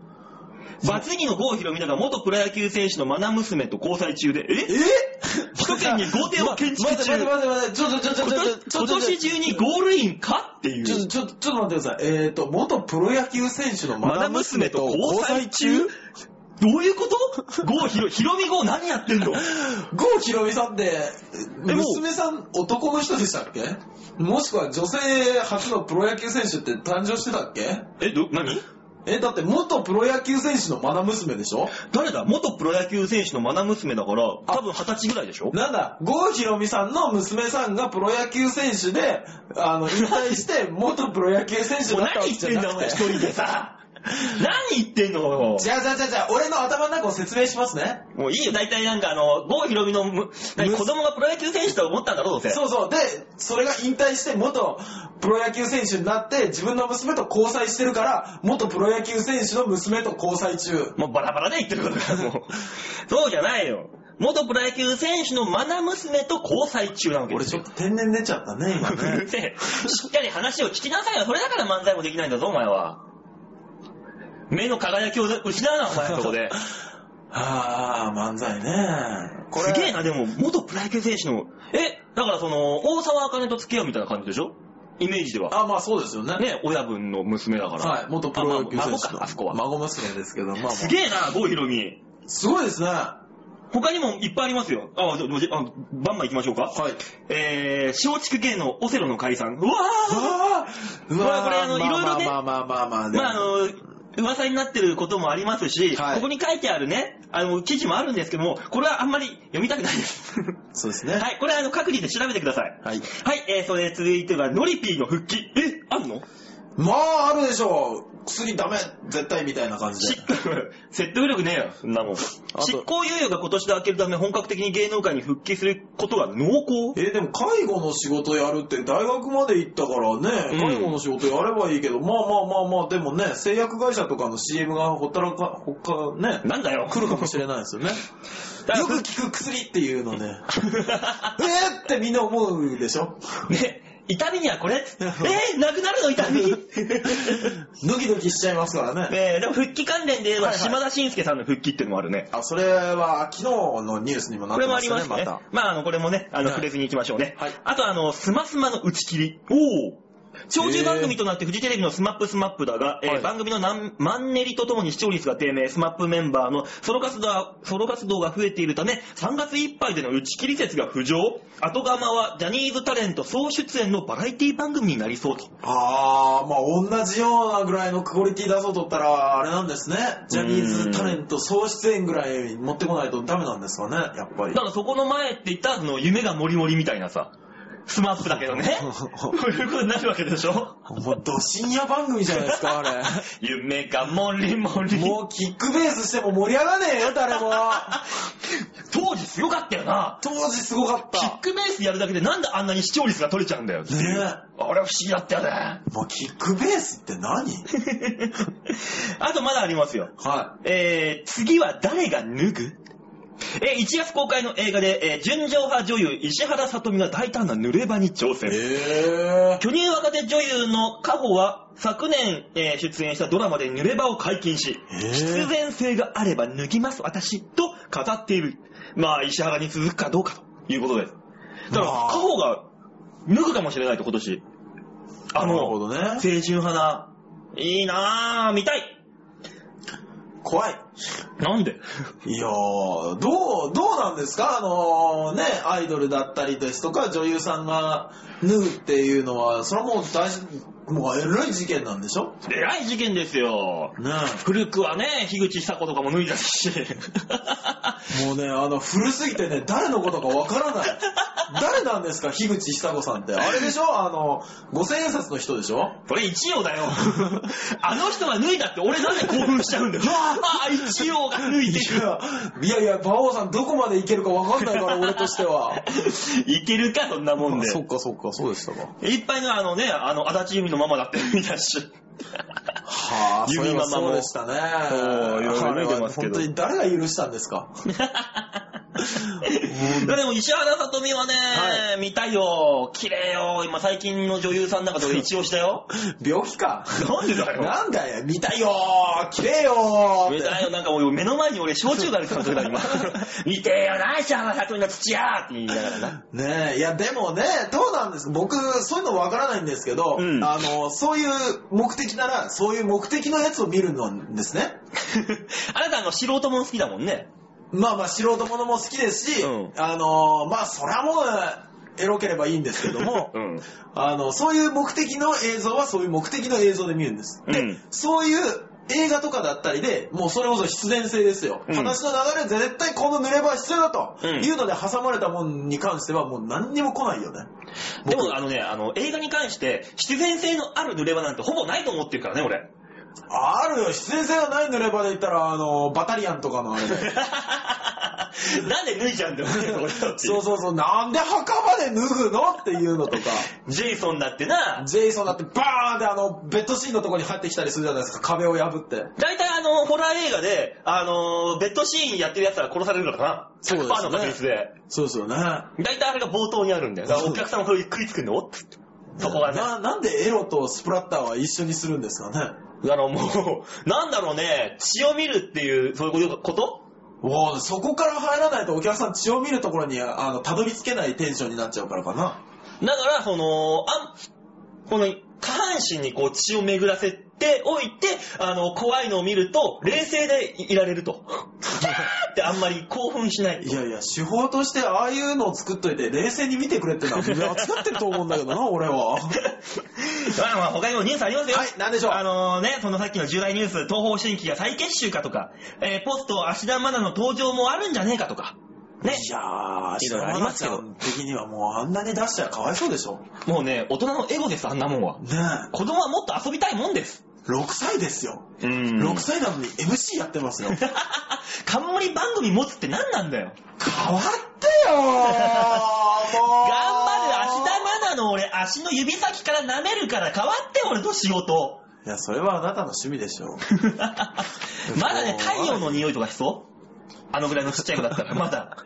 Speaker 1: バツ2の郷ひろみだが元プロ野球選手のマナ娘と交際中で、え
Speaker 2: え
Speaker 1: 首 都圏に豪邸は建築中
Speaker 2: 待って待って待って、ちょっとちょっと
Speaker 1: 今年
Speaker 2: ちょ
Speaker 1: 今
Speaker 2: っとちょっと
Speaker 1: 年中にゴールインかってい
Speaker 2: ちょっと
Speaker 1: う。
Speaker 2: ちょっとちょっと待ってください。えーと、元プロ野球選手の
Speaker 1: マ
Speaker 2: マ
Speaker 1: ナ
Speaker 2: ナ
Speaker 1: 娘
Speaker 2: 娘
Speaker 1: と
Speaker 2: と
Speaker 1: 交
Speaker 2: 交
Speaker 1: 際
Speaker 2: 際
Speaker 1: 中
Speaker 2: 中
Speaker 1: どういうことゴーヒロ、ヒロミゴー何やってんの
Speaker 2: 郷ひろみさんって、
Speaker 1: でも
Speaker 2: 娘さん男の人でしたっけもしくは女性初のプロ野球選手って誕生してたっけ
Speaker 1: え、ど、何
Speaker 2: え、だって元プロ野球選手のマナ娘でしょ
Speaker 1: 誰だ元プロ野球選手のマナ娘だから、多分二十歳ぐらいでしょ
Speaker 2: なんだ、郷ひろみさんの娘さんがプロ野球選手で、あの、引退 して元プロ野球選手
Speaker 1: もう
Speaker 2: になったわ
Speaker 1: 何言
Speaker 2: け
Speaker 1: っ
Speaker 2: じゃ
Speaker 1: てん
Speaker 2: な
Speaker 1: だお前
Speaker 2: く
Speaker 1: 一
Speaker 2: て。
Speaker 1: 人でさ。何言ってんのよ。
Speaker 2: じゃあじゃあじゃあじゃあ、俺の頭の中を説明しますね。
Speaker 1: もういいよ、大体なんかあの、郷ひろみのむ、何
Speaker 2: む
Speaker 1: 子供がプロ野球選手と思ったんだろ、どうせ。
Speaker 2: そうそう。で、それが引退して元プロ野球選手になって自分の娘と交際してるから、元プロ野球選手の娘と交際中。
Speaker 1: もうバラバラで言ってることだから、もう。そうじゃないよ。元プロ野球選手のマナ娘と交際中なわけですよ。
Speaker 2: と天然出ちゃったね、今
Speaker 1: うる。せえしっかり話を聞きなさいよ。それだから漫才もできないんだぞ、お前は。目の輝きを失うな、お前そこ で。
Speaker 2: あー、漫才ね。
Speaker 1: すげえな、でも、元プロ野球選手の、え、だからその、大沢あかねと付き合うみたいな感じでしょイメージでは。
Speaker 2: あ、まあそうですよね。
Speaker 1: ね、親分の娘だから。
Speaker 2: はい、元プロ野球
Speaker 1: あま
Speaker 2: 選手
Speaker 1: あ孫か、あそこは。
Speaker 2: 孫娘ですけど、まあまあ
Speaker 1: すげえな、郷ひろみ。
Speaker 2: すごいですね。
Speaker 1: 他にもいっぱいありますよ。あ、じゃあじゃああバンバン行きましょう か。
Speaker 2: はい。
Speaker 1: えー、松竹芸能オセロの解散。うわー
Speaker 2: あーう
Speaker 1: まあこれあの
Speaker 2: ま
Speaker 1: いろいろね
Speaker 2: まあまあまあまあまあ。
Speaker 1: まああの、噂になってることもありますし、
Speaker 2: はい
Speaker 1: ここに書いてあるね、あの、記事もあるんですけども、これはあんまり読みたくないです。
Speaker 2: そう ですね。
Speaker 1: はい、これはあの、各自で調べてください。
Speaker 2: はい。
Speaker 1: はい、えー、それで続いては、ノリピーの復帰。え、あんの
Speaker 2: まあ、あるでしょう。薬ダメ、絶対みたいな感じ
Speaker 1: し
Speaker 2: で。
Speaker 1: 説得力ねえよ、そんなもん。執
Speaker 2: と
Speaker 1: 行猶予が今年で明けるため、本格的に芸能界に復帰することが濃厚。
Speaker 2: えーでも介護の仕事やるって大学まで行ったからね、
Speaker 1: うん
Speaker 2: 介護の仕事やればいいけど、まあまあまあまあ、でもね、製薬会社とかの CM がほったらか、ほかね、
Speaker 1: なんだよ、
Speaker 2: 来るかもしれないですよね。
Speaker 1: だから
Speaker 2: よく 聞く薬っていうのね、えーってみんな思うでしょ
Speaker 1: ね、痛みにはこれえー、なくなるの 痛み
Speaker 2: ドキドキしちゃいますからね。
Speaker 1: えー、でも復帰関連で言えば、
Speaker 2: はいはい
Speaker 1: 島田紳介さんの復帰っていうのもあるね。
Speaker 2: あ、それは昨日のニュースにもなっ
Speaker 1: これ
Speaker 2: て
Speaker 1: もあ
Speaker 2: ま
Speaker 1: り
Speaker 2: した
Speaker 1: ま
Speaker 2: ね、
Speaker 1: すね。
Speaker 2: ま
Speaker 1: まあ、あの、これもね、あの、
Speaker 2: はい
Speaker 1: 触れずに行きましょうね。
Speaker 2: はい
Speaker 1: あと、あの、スマスマの打ち切り。おお長寿番組となってフジテレビのスマップスマップだが、えー
Speaker 2: はい
Speaker 1: 番組のなんマンネリとともに視聴率が低迷、スマップメンバーのソロ活動はソロ活動が増えているため、3月いっぱいでの打ち切り説が浮上。後釜はジャニーズタレント総出演のバラエティ番組になりそうと。
Speaker 2: あー、まあ同じようなぐらいのクオリティ出そうとったら、あれなんですね。ジャニーズタレント総出演ぐらい持ってこないとダメなんですかね、やっぱ り
Speaker 1: だか。らそこの前って言ったら、あの、夢がもりもりみたいなさ、スマップだけどね。 こういうことになるわけでしょ
Speaker 2: もう、ど深夜番組じゃないですか、あ れ。
Speaker 1: 夢がもりもり。
Speaker 2: もう、キックベースしても盛り上がねえよ、誰 も。
Speaker 1: 当時すごかったよな。
Speaker 2: 当時すごかっ
Speaker 1: キッ
Speaker 2: た。
Speaker 1: クベースやるだけでなんであんなに視聴率が取れちゃうんだよっていう。
Speaker 2: ねえ
Speaker 1: あれは不思議だったよね。
Speaker 2: もう、キックベースって何
Speaker 1: あとまだありますよ。
Speaker 2: は
Speaker 1: えー、次は誰が脱ぐえー、1月公開の映画で、えー、純情派女優石原さとみが大胆な濡れ場に挑
Speaker 2: い。
Speaker 1: 戦。
Speaker 2: えー。
Speaker 1: 巨乳若手女優のカホは昨年、えー出演したドラマで濡れ場を解禁し、
Speaker 2: えー
Speaker 1: 必然性があれば脱ぎます私と語っている。まあ、石原に続くかどうかということです。だから、
Speaker 2: まあ
Speaker 1: カホが脱ぐかもしれないと今年。あ
Speaker 2: なるほ
Speaker 1: の、
Speaker 2: どね。
Speaker 1: 青春派な、いいなぁ、見たい。
Speaker 2: 怖い。
Speaker 1: なんで
Speaker 2: いやー、どう、どうなんですかあのーね、アイドルだったりですとか、女優さんが脱ぐっていうのは、それはもう大事、もうえらい事件なんでしょ
Speaker 1: えらい事件ですよ。
Speaker 2: ね
Speaker 1: 古くはね、樋口久子とかも脱いだ し。
Speaker 2: えもうね、あの、古すぎてね、誰のことかわからない。誰なんですか樋口久子さんって。あれでしょあの、五千円札の人でしょ
Speaker 1: これ一応だよ。あの人が脱いだって俺なんで興奮しちゃうんだよ。ああ、一応が脱い
Speaker 2: い
Speaker 1: でる。
Speaker 2: や、いやいや、馬王さんどこまでいけるかわかんないから、俺としては。
Speaker 1: いけるか、そんなもん
Speaker 2: あ
Speaker 1: で。
Speaker 2: そっかそっか、そうでしたか。
Speaker 1: いっぱいのあのね、あの、足立由美のママだって見たし。
Speaker 2: はあ、そ
Speaker 1: 指
Speaker 2: れ
Speaker 1: ママ
Speaker 2: は
Speaker 1: も
Speaker 2: そうでしたね。
Speaker 1: そういろいろ出てますけど
Speaker 2: あれは本当に誰が許したんですか
Speaker 1: でも石原さとみはね、
Speaker 2: は
Speaker 1: 見たいよ。綺麗よ。今最近の女優さんの中で俺一応したよ。
Speaker 2: 病 気か。
Speaker 1: なんでだよ
Speaker 2: なんだよ、見たいよー、綺麗よー。
Speaker 1: 見たいよ。なんか俺目の前に俺焼酎がある感覚だ 今。見てえよな、石原さとみの土屋って言いながら な。
Speaker 2: ねえ、いやでもね、どうなんですか僕、そういうのわからないんですけど、
Speaker 1: うん
Speaker 2: あの、そういう目的なら、そういう目的のやつを見るのですね。
Speaker 1: あなたあの素人もん好きだもんね。
Speaker 2: まあまあ、素人ものも好きですし、
Speaker 1: うん
Speaker 2: あの、まあ、そりゃもう、エロければいいんですけど も、
Speaker 1: ん。
Speaker 2: あの、そういう目的の映像はそういう目的の映像で見るんです。で、
Speaker 1: うん
Speaker 2: そういう映画とかだったりで、もうそれこそ必然性ですよ。
Speaker 1: うん
Speaker 2: 話の流れで絶対この濡れ場は必要だと、
Speaker 1: うん
Speaker 2: いうので挟まれたものに関してはもう何にも来ないよね。
Speaker 1: でもあのね、あの、映画に関して、必然性のある濡れ場なんてほぼないと思ってるからね、 俺。
Speaker 2: あるよ、必然性がない濡れ場で言ったら、あの、バタリアンとかの あれで。
Speaker 1: なんで脱いじゃうんだよ、俺俺だって
Speaker 2: そうそうそう、なんで墓場で脱ぐのっていうのとか。
Speaker 1: ジェイソンだってな、
Speaker 2: ジェイソンだってバーンってあの、ベッドシーンのとこに入ってきたりするじゃないですか、壁を破って。
Speaker 1: 大体あの、ホラー映画で、あの、ベッドシーンやってる奴ら殺されるからな。
Speaker 2: そうですね
Speaker 1: 100%の確率で。
Speaker 2: そうですよね。
Speaker 1: 大体あれが冒頭にあるんだよ。だからお客さんもそれ食いつくんだよ、おっつって。そこがね。
Speaker 2: ななんでエロとスプラッターは一緒にするんですかね
Speaker 1: あの、もう、なんだろうね、血を見るっていう、そういうこと
Speaker 2: おーそこから入らないとお客さん血を見るところにあのたどり着けないテンションになっちゃうからかな
Speaker 1: だから、その、あん、この、下半身にこう血を 巡らせておいて、あの、怖いのを見ると、冷静でいいられると。ーってあんまり興奮しない
Speaker 2: いやいや、手法としてああいうのを作っといて、冷静に見てくれってのは、いや扱ってると思うんだけどな、俺 は。
Speaker 1: まあまあ他にもニュースありますよ。
Speaker 2: はい何でしょう
Speaker 1: あのね、そのさっきの重大ニュース、東方新規が再結集かとか、えーポスト芦田愛菜の登場もあるんじゃねえかとか。ね。
Speaker 2: いやー、
Speaker 1: いろいろありますけど
Speaker 2: 下の赤ちゃん的にはもうあんなに出したらかわいそうでしょ。
Speaker 1: もうね、大人のエゴです、あんなもんは。
Speaker 2: ねえ、
Speaker 1: 子供はもっと遊びたいもんです。
Speaker 2: 6歳ですよ。
Speaker 1: うん
Speaker 2: 6歳なのに MC やってます よ。
Speaker 1: 冠番組持つって何なんだよ。
Speaker 2: 変わってよーもう
Speaker 1: 頑張る芦田愛菜の俺、足の指先から舐めるから変わって俺と仕事。
Speaker 2: いや、それはあなたの趣味でしょ。
Speaker 1: まだね、太陽の匂いとかしそうあのぐらいのちっちゃい子だったら、まだ。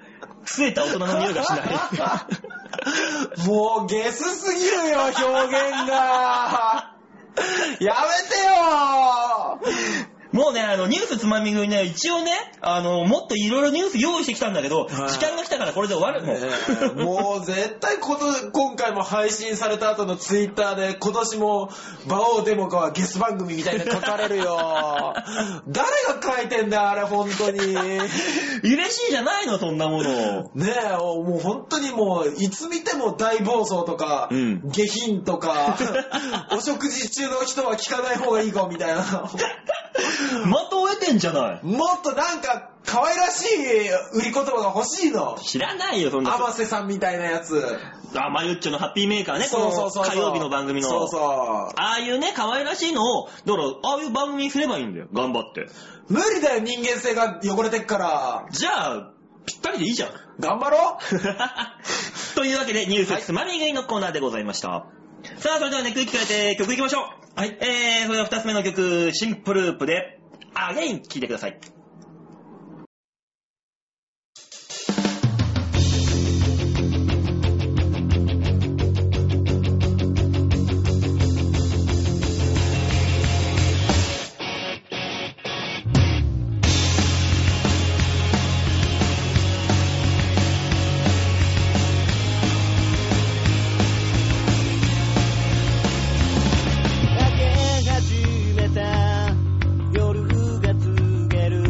Speaker 1: 据えた大人の匂いがしない。
Speaker 2: もうゲスすぎるよ、表現が。やめてよ
Speaker 1: もうね、あの、ニュースつまみ食いね、一応ね、あの、もっといろいろニュース用意してきたんだけど、
Speaker 2: はい
Speaker 1: 時間が来たからこれで終わる。もう。
Speaker 2: ねえもう絶対こと今回も配信された後のツイッターで今年も馬王デモカはゲス番組みたいに書かれるよ誰が書いてんだよあれ本当にね
Speaker 1: 嬉しいじゃないの、そんなも の。
Speaker 2: えもう本当にもういつ見ても大暴走とか、
Speaker 1: うん
Speaker 2: 下品とかお食事中の人は聞かない方がいいかみたいな
Speaker 1: まとえてんじゃない。
Speaker 2: もっとなんか可愛らしい売り言葉が欲しいの
Speaker 1: 知らないよ、そんな。
Speaker 2: 天瀬さんみたいなやつ
Speaker 1: あ、マユッチョのハッピーメーカーね、こ
Speaker 2: そうそうそ
Speaker 1: の
Speaker 2: うそう
Speaker 1: 火曜日の番組の。
Speaker 2: そうそう
Speaker 1: ああいうね、可愛らしいのを、だから、ああいう番組にすればいいんだよ。頑張って。
Speaker 2: 無理だよ、人間性が汚れてっから。
Speaker 1: じゃあ、ぴったりでいいじゃん。
Speaker 2: 頑張ろ
Speaker 1: というわけで、ニュースつまみ食いのコーナーでございました。さあ、それではね、空気変えて曲いきましょう。はい。えー、それでは二つ目の曲、シンプループで、アゲイン聴いてください。
Speaker 3: 明け始めた夜が告げる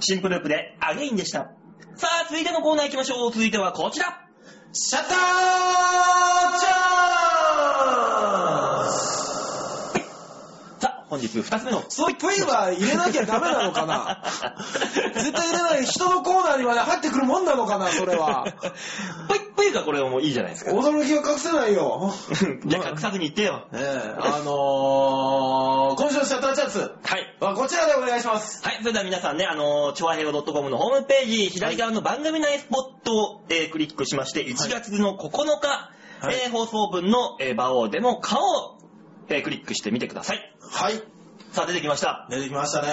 Speaker 1: 新プループでアゲインでした。さあ、続いてのコーナー行きましょう。続いてはこちら。
Speaker 2: シャッターチャンス
Speaker 1: さあ、本日二つ目の。
Speaker 2: そう、プイは入れなきゃダメなの かな 絶対入れない。人のコーナーにまで入ってくるもんなのかなそれは。
Speaker 1: ぷいぷいがこれはもういいじゃないですか。
Speaker 2: 驚きは隠せない よ。
Speaker 1: じゃあ隠さずに言ってよ。
Speaker 2: ええあのー、今週のシャッターチャンス
Speaker 1: はい。
Speaker 2: はこちらでお願いします。
Speaker 1: はい、それでは皆さんね、あのー、チョアヘオ .com のホームページ、左側の番組内スポットを、えークリックしまして、1月の9日、
Speaker 2: はい
Speaker 1: えー放送分の、えー、馬王でも顔を、えークリックしてみてください。
Speaker 2: はい。
Speaker 1: さあ、出てきました。
Speaker 2: 出てきましたね。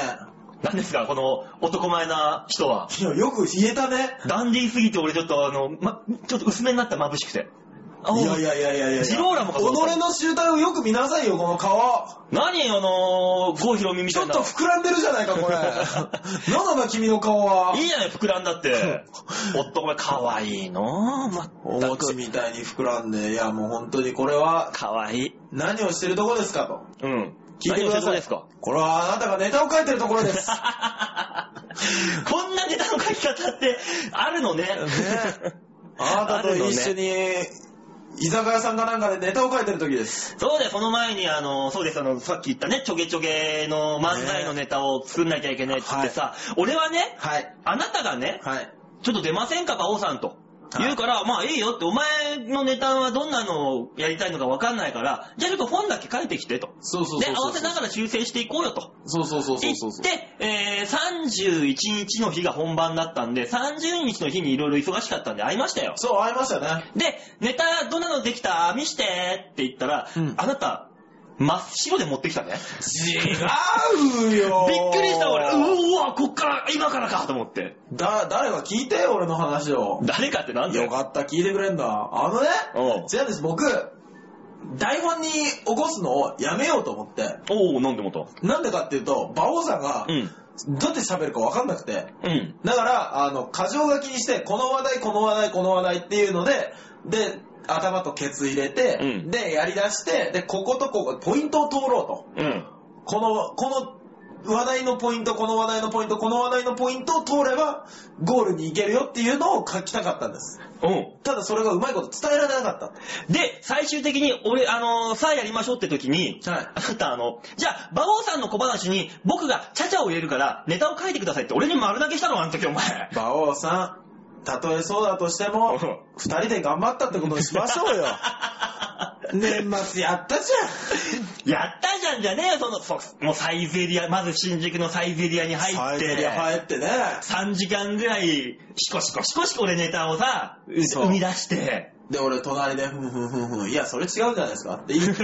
Speaker 1: 何ですか、この男前な人は。
Speaker 2: いやよく言えたね。
Speaker 1: ダンディーすぎて俺ちょっとあの、ま、ちょっと薄めになった眩しくて。あ
Speaker 2: いやいやいやいやいや。
Speaker 1: ジローラもか
Speaker 2: 己
Speaker 1: と思った
Speaker 2: の集団をよく見なさいよ、この顔。
Speaker 1: 何あのー、郷ひろみみ
Speaker 2: ち
Speaker 1: た
Speaker 2: ょ
Speaker 1: い
Speaker 2: っ
Speaker 1: な。
Speaker 2: と膨らんでるじゃないか、これ。 なんなんだ、君の顔は。
Speaker 1: いいじゃない、膨らんだって。男前可愛いのま
Speaker 2: お
Speaker 1: った
Speaker 2: 餅
Speaker 1: く。
Speaker 2: みたいに膨らんで、いや、もう本当にこれは、
Speaker 1: 可愛い。
Speaker 2: 何をしてるとこですか
Speaker 1: う
Speaker 2: と。
Speaker 1: ん。
Speaker 2: 聞いてください。
Speaker 1: ですか
Speaker 2: これはあなたがネタを書いてるところ です。ね
Speaker 1: こんなネタの書き方ってあるのね。
Speaker 2: あなた
Speaker 1: あ
Speaker 2: と一緒
Speaker 1: るのね
Speaker 2: に、居酒屋さんかなんかでネタを書いてる時です。
Speaker 1: そうで、その前に、あの、そうです、あの、さっき言ったね、ちょげちょげの漫才のネタを作んなきゃいけないって言ってさ、俺はね、
Speaker 2: はい。
Speaker 1: あなたがね、
Speaker 2: はい。
Speaker 1: ちょっと出ませんか、馬王さんと。
Speaker 2: はい
Speaker 1: 言うから、まあいいよって、お前のネタはどんなのをやりたいのかわかんないから、じゃあちょっと本だけ書いてきてと。
Speaker 2: そうそう
Speaker 1: で、
Speaker 2: そ
Speaker 1: 合
Speaker 2: うそ
Speaker 1: わ
Speaker 2: う。
Speaker 1: せながら修正していこうよと。
Speaker 2: そうそうそうそ
Speaker 1: 行
Speaker 2: うそうそう。
Speaker 1: って、えー、31日の日が本番だったんで、30日の日にいろいろ忙しかったんで会いましたよ。
Speaker 2: そう、会いましたね。
Speaker 1: で、ネタどんなのできた見してって言ったら、
Speaker 2: うん
Speaker 1: あなた、真っ白で持ってきたね。
Speaker 2: 違うよ
Speaker 1: びっくりした俺。うわ、こっから、今からかと思って。
Speaker 2: だ、誰が聞いてよ、俺の話を。
Speaker 1: 誰かってなんだ
Speaker 2: よ
Speaker 1: よ。
Speaker 2: かった、聞いてくれんだ。あのね、
Speaker 1: おう
Speaker 2: 違うんです、僕、台本に起こすのをやめようと思って、
Speaker 1: おお飲んでもと。
Speaker 2: なんでかっていうと、馬王さんが
Speaker 1: う、ん。
Speaker 2: どうやって喋るかわかんなくて、
Speaker 1: うん。
Speaker 2: だから、あの、過剰書きにして、この話題、この話題、この話題っていうので、で、頭とケツ入れて、
Speaker 1: うん
Speaker 2: で、やり出して、で、こことここ、ポイントを通ろう
Speaker 1: う
Speaker 2: と。
Speaker 1: ん。
Speaker 2: この、この話題のポイント、この話題のポイント、この話題のポイントを通れば、ゴールに行けるよっていうのを書きたかったんです。
Speaker 1: う
Speaker 2: ただそれがうまいこと伝えられなかった。
Speaker 1: ん。で、最終的に、俺、あのーさあやりましょうって時に、
Speaker 2: はい
Speaker 1: あなた、あの、じゃあ、馬王さんの小話に、僕がチャチャを入れるから、ネタを書いてくださいって、俺に丸投げしたの、あの時、お 前。
Speaker 2: 馬王さん、たとえそうだとして
Speaker 1: う
Speaker 2: も
Speaker 1: ん、
Speaker 2: 二人で頑張ったってことにしましょうよ。年末やったじ
Speaker 1: やったじゃんじゃねえよ、その、そもうサイゼリア、まず新宿のサイゼリアに
Speaker 2: ゃ ん。
Speaker 1: 入っ
Speaker 2: 最
Speaker 1: て、
Speaker 2: 後に入ってね。
Speaker 1: 3時間ぐらい、シコシコシコシコ俺ネタをさ、
Speaker 2: 嘘
Speaker 1: 生み出して、
Speaker 2: で、俺隣で、ふんふんふんふん、いや、それ違うんじゃないですかって言って、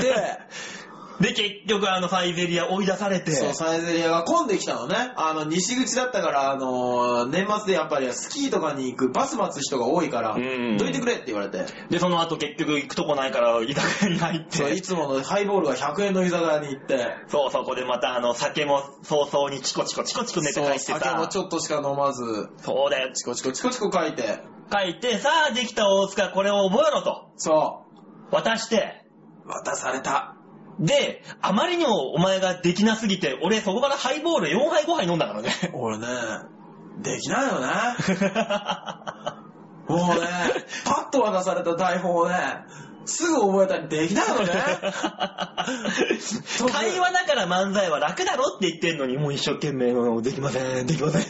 Speaker 1: で、結局あのサイゼリア追い出されて、
Speaker 2: そう、サイゼリアが混んできたのね。あの、西口だったから、あのー年末でやっぱりスキーとかに行くバス待つ人が多いから、
Speaker 1: うん
Speaker 2: どいてくれって言われて。
Speaker 1: で、その後結局行くとこないから、居酒屋に入っ
Speaker 2: そう、い
Speaker 1: て、
Speaker 2: つものハイボールが100円の居酒屋に行って、
Speaker 1: そう、そこでまたあの、酒も早々にチコチコチコチコネタ書いて
Speaker 2: そう酒も
Speaker 1: さ、
Speaker 2: ちょっとしか飲まず、
Speaker 1: そうだよ、
Speaker 2: チコチコチコチコ書いて、
Speaker 1: 書いて、さあ、できた大塚、これを覚えろと、
Speaker 2: そ
Speaker 1: 渡して、
Speaker 2: う、渡された。
Speaker 1: で、あまりにもお前ができなすぎて、俺そこからハイボール4杯5杯飲んだからね。
Speaker 2: 俺ね、できないよね。もうね、パッと渡された台本をね、すぐ覚えたりできないよね。
Speaker 1: 会話だから漫才は楽だろって言ってんのに、もう一生懸命、もうできません、 できません。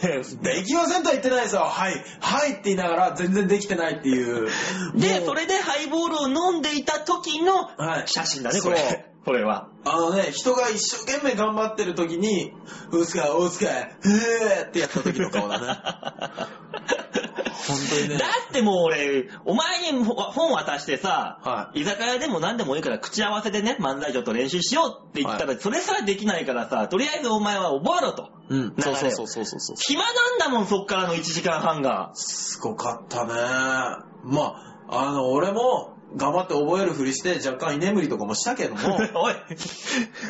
Speaker 2: できませんとは言ってないですよ。はい、はいって言いながら全然できてないっていう。
Speaker 1: で、
Speaker 2: もう
Speaker 1: それでハイボールを飲んでいた時の
Speaker 2: はい
Speaker 1: 写真だね、これ
Speaker 2: そう。
Speaker 1: これは。
Speaker 2: あのね、人が一生懸命頑張ってる時に、大塚、大塚、えーってやった時の顔だね。本当にね
Speaker 1: だってもう俺、お前に本渡してさ、
Speaker 2: は
Speaker 1: 居酒屋でも何でもいいから口合わせでね、漫才ちょっと練習しようって言ったら、それすらできないからさ、とりあえずお前は覚えろと。
Speaker 2: うん、
Speaker 1: 流れ
Speaker 2: そう
Speaker 1: を
Speaker 2: そうそうそうそうそう。
Speaker 1: 暇なんだもん、そっからの1時間半が。
Speaker 2: すごかったね。まあ、あの、俺も、頑張って覚えるふりして、若干居眠りとかもしたけども、
Speaker 1: おい、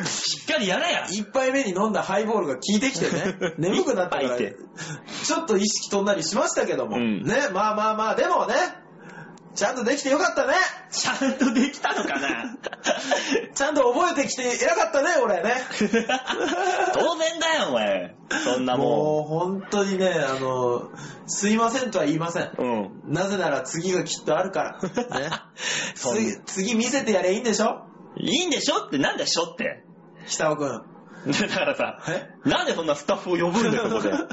Speaker 1: しっかりやれや。
Speaker 2: 一杯目に飲んだハイボールが効いてき てね、眠くなったか
Speaker 1: 一杯
Speaker 2: ら、
Speaker 1: って
Speaker 2: ちょっと意識飛んだりしましたけども、
Speaker 1: うん
Speaker 2: ね、まあまあまあ、でもね、ちゃんとできてよかったね
Speaker 1: ちゃんとできたのか な
Speaker 2: ちゃんと覚えてきて偉かったね、俺ね。
Speaker 1: 当然だよ、お前。そんなも
Speaker 2: もう本当にね、あの、すいませんとは言いません。
Speaker 1: ん。うん。
Speaker 2: なぜなら次がきっとあ るから。ね、
Speaker 1: そんい
Speaker 2: 次、次見せてやれいいんでしょ
Speaker 1: いんでしょって、なんでしょって。
Speaker 2: 北尾くん。
Speaker 1: だからさ、
Speaker 2: え
Speaker 1: なんでそんなスタッフを呼ぶんだよ、 そこで。呼ば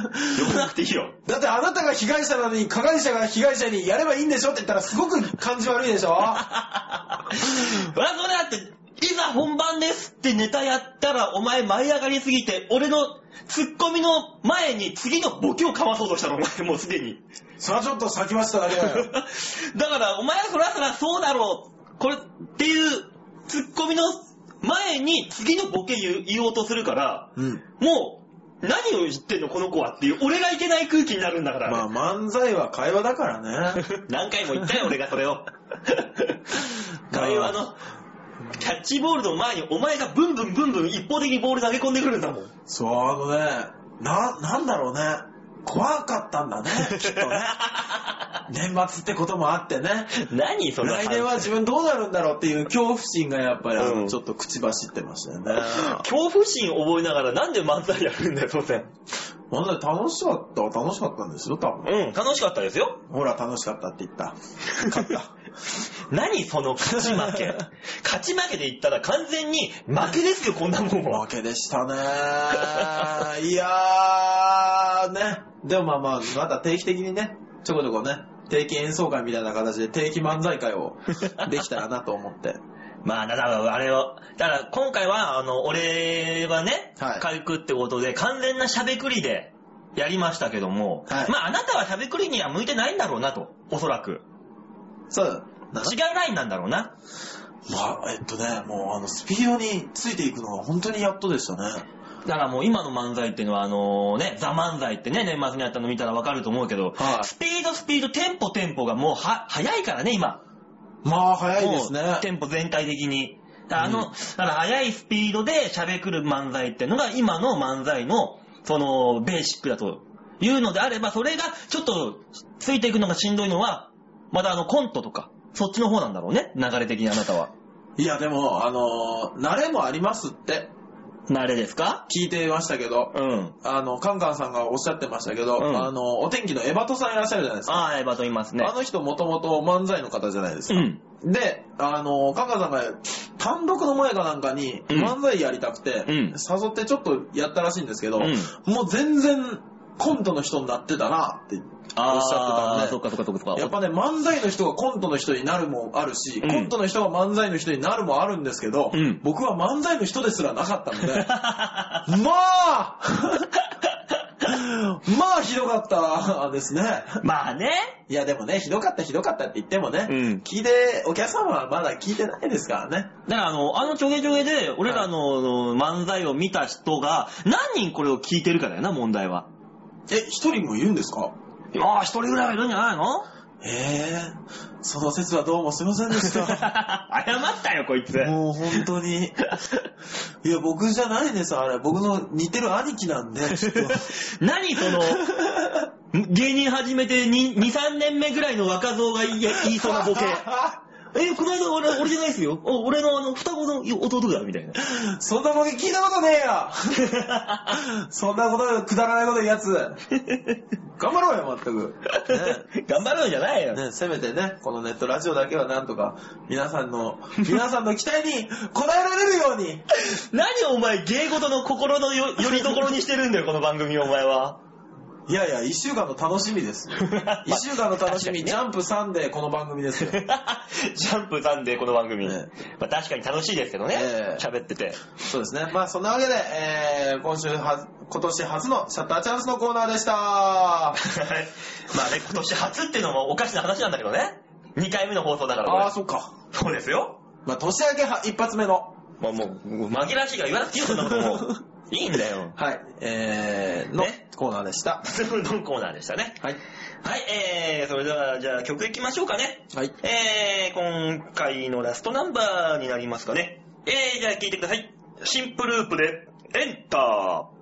Speaker 1: なくていいよ。
Speaker 2: だってあなたが被害者なのに、加害者が被害者にやればいいんでしょって言ったらすごく感じ悪いでしょ
Speaker 1: わ、それだって、いざ本番ですってネタやったら、お前舞い上がりすぎて、俺のツッコミの前に次のボケをかわそうとしたの、お前もうすでに。
Speaker 2: それはちょっと先ましただけ
Speaker 1: だ
Speaker 2: だよ。
Speaker 1: から、お前はそらそらそうだろう。これっていうツッコミの前に次のボケ言う言おうとするから、
Speaker 2: うん。
Speaker 1: もう、何を言ってんのこの子はっていう、俺がいけない空気になるんだから。
Speaker 2: まあ漫才は会話だから ね。
Speaker 1: 何回も言った よ、俺がそれを。会話の、キャッチボールの前にお前がブンブンブンブン一方的にボール投げ込んでくるんだもん。
Speaker 2: そう、あのね、な、なんだろうね。怖かったんだね、きっと ね。年末ってこともあってね。
Speaker 1: 何その
Speaker 2: 来年は自分どうなるんだろうっていう恐怖心がやっぱりあの、
Speaker 1: うん
Speaker 2: ちょっと口走ってましたよね。
Speaker 1: 恐怖心覚えながらなんで漫才やるんだよ、当然。
Speaker 2: まだ楽しかったは楽しかったんですよ、多分。
Speaker 1: うん、楽しかったですよ。
Speaker 2: ほら、楽しかったって言った。勝った。
Speaker 1: 何その勝ち負け。 勝ち負けで言ったら完全に負けですよ、こんなもんは。
Speaker 2: 負けでした ね。いやー、ね。でもまあまあ、また定期的にね、ちょこちょこね、定期演奏会みたいな形で定期漫才会をできたらなと 思って。
Speaker 1: まあ、だから、あれを、だから今回は、あの、俺がね、
Speaker 2: はい
Speaker 1: 軽くってことで、完全な喋くりでやりましたけども、
Speaker 2: はい
Speaker 1: まあ、あなたは喋くりには向いてないんだろうなと、おそらく。
Speaker 2: そうだな
Speaker 1: 違うラインなんだろうな。
Speaker 2: まあ、えっとね、もうあの、スピードについていくのが本当にやっとでしたね。
Speaker 1: だからもう今の漫才っていうのは、あのね、ザ漫才ってね、年末にやったの見たらわかると思うけど、
Speaker 2: はい
Speaker 1: スピードスピード、テンポテンポがもうは、早いからね、今。
Speaker 2: まあ、早いですね。
Speaker 1: もうテンポ全体的に。あの、だから速いスピードで喋くる漫才ってのが今の漫才の、その、ベーシックだというのであれば、それがちょっとついていくのがしんどいのは、またあのコントとか、そっちの方なんだろうね、流れ的にあなたは。
Speaker 2: いや、でも、あのー慣れもありますって
Speaker 1: 慣れですか
Speaker 2: 聞いてましたけど、
Speaker 1: うん。
Speaker 2: あの、カンカンさんがおっしゃってましたけど、
Speaker 1: うん
Speaker 2: あの、お天気のエバトさんいらっしゃるじゃないですか。
Speaker 1: ああ、エバと言いますね
Speaker 2: あ。の人もともと漫才の方じゃないです
Speaker 1: う
Speaker 2: か。
Speaker 1: ん。
Speaker 2: で、あの、カンカンさんが単独の前かなんかに
Speaker 1: うん
Speaker 2: 漫才やりたくて、
Speaker 1: うん
Speaker 2: 誘ってちょっとやったらしいんですけど、
Speaker 1: う
Speaker 2: もう全然コントの人になってたなっておっしゃ
Speaker 1: あ
Speaker 2: っ
Speaker 1: あ、
Speaker 2: てた
Speaker 1: そっ
Speaker 2: んで。
Speaker 1: かそっかそっかそっか。
Speaker 2: やっぱね、漫才の人がコントの人になるもあるし、
Speaker 1: うん
Speaker 2: コントの人が漫才の人になるもあるんですけど、
Speaker 1: うん
Speaker 2: 僕は漫才の人ですらなか ったので、まあ まあひどかったですね。
Speaker 1: まあね。
Speaker 2: いやでもね、ひどかったひどかったって言ってもね、
Speaker 1: うん
Speaker 2: 聞いて、お客様はまだ聞いてないですからね。
Speaker 1: だからあの、あのちょげちょげで、俺らの漫才を見た人が、何人これを聞いてるかだよな、問題は。
Speaker 2: え、一人もいるんですか
Speaker 1: ああ、一人ぐらいはいるんじゃないの
Speaker 2: ええその説はどうもすいませんでし
Speaker 1: 謝
Speaker 2: た。
Speaker 1: ったよ、こいつ。
Speaker 2: もう本当に。いや、僕じゃないです、あれ。僕の似てる兄貴なん で、ちょっと。
Speaker 1: 何その、芸人始めて2、2 3年目ぐらいの若造が言い言いそうなボ ケ。え、この間俺、俺じゃないですよ。お俺のあの、双子の弟だ、み たいな。
Speaker 2: そんなボケ聞いたことねえよ そんなこと、くだらないこと言うや つ。頑張ろうよ、まったく。ね
Speaker 1: 頑張ろうんじゃないよ。
Speaker 2: ね、せめてね、このネットラジオだけはなんとか、皆さんの、皆さんの期待に応えられるように、
Speaker 1: 何お前、芸事の心のよ、よりどころにしてるんだよ、この番組お前 は。
Speaker 2: いやいや、一週間の楽しみ です。一週間の楽しみ、ジャンプ3でこの番組です よ。
Speaker 1: ジャンプさんで、この番組。
Speaker 2: え
Speaker 1: まあ、確かに楽しいですけどね
Speaker 2: ええ。
Speaker 1: 喋、ってて。
Speaker 2: そうですね。まあ、そんなわけで、えー、今週は、今年初のシャッターチャンスのコーナーでした。
Speaker 1: まあね、今年初っていうのもおかしな話なんだけどね。2回目の放送だからこれ
Speaker 2: あー、そっか。
Speaker 1: そうですよ。
Speaker 2: まあ、年明けは一発目の、
Speaker 1: まあもう、紛らわしいから言わなくていいよ、そんなことも。いいんだよ。
Speaker 2: はい、えー、の
Speaker 1: ね
Speaker 2: コーナーでした。
Speaker 1: ズームのコーナーでしたね。
Speaker 2: はい。
Speaker 1: はい、えー、それでは、じゃあ曲いきましょうかね。
Speaker 2: はい。
Speaker 1: えー、今回のラストナンバーになりますかね。えー、じゃあ聴いてください。シンプループで、エンター。
Speaker 4: 「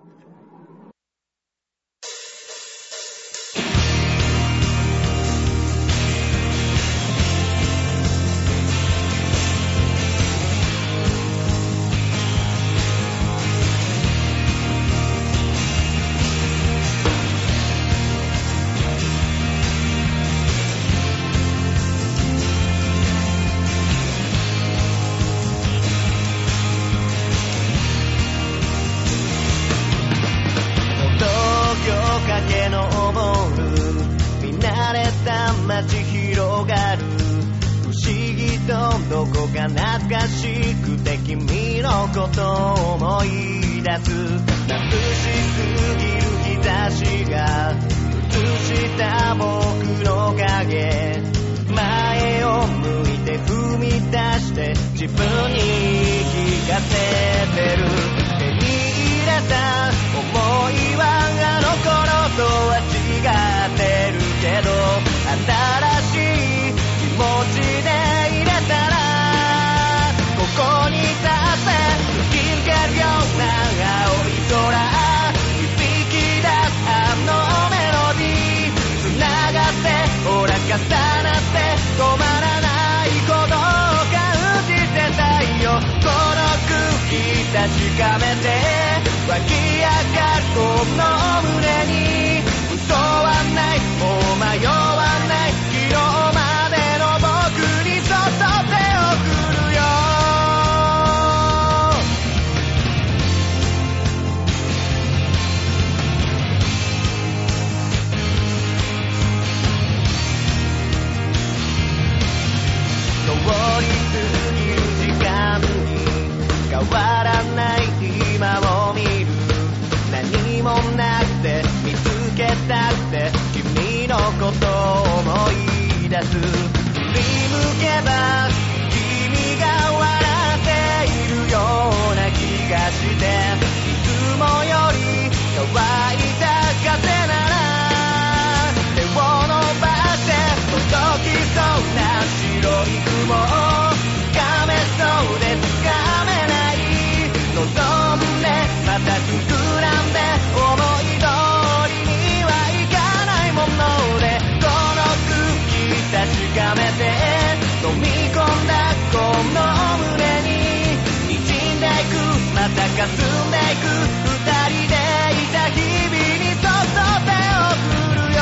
Speaker 3: 立ち広がる不思議とどこか懐かしくて君のことを思い出す眩しすぎる日差しが映した僕の影前を向いて踏み出して自分に聞かせてる手に入れた思いはあの頃とは違ってるけど新しい気持ちで入れたらここに立って吹き抜けるような青い空響き出すあのメロディー繋がってほら重なって止まらないことを感じてたいよこの空気確かめて湧き上がるこの胸に嘘はないもう迷わない昨日までの僕にそっと手を振るよ通り過ぎる時間に変わらない今を見る何もなくて見つけたくて君のことを思い出す振り向けば君が笑っているような気がしていつもより乾いた風なら手を伸ばして届きそうな白い雲を掴めそうで掴めない望んでまた膨らんで思い通りにはいかないものでこの空気確かめて飲み込んだこの胸に滲んでいくまた霞んでいく二人でいた日々にそっと手を振るよ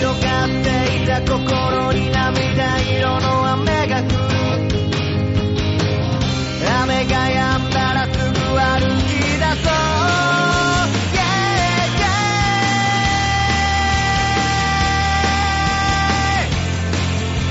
Speaker 3: 強がっていた心に涙色の雨が降る雨が止んだらすぐ歩き出そう Yeah, yeah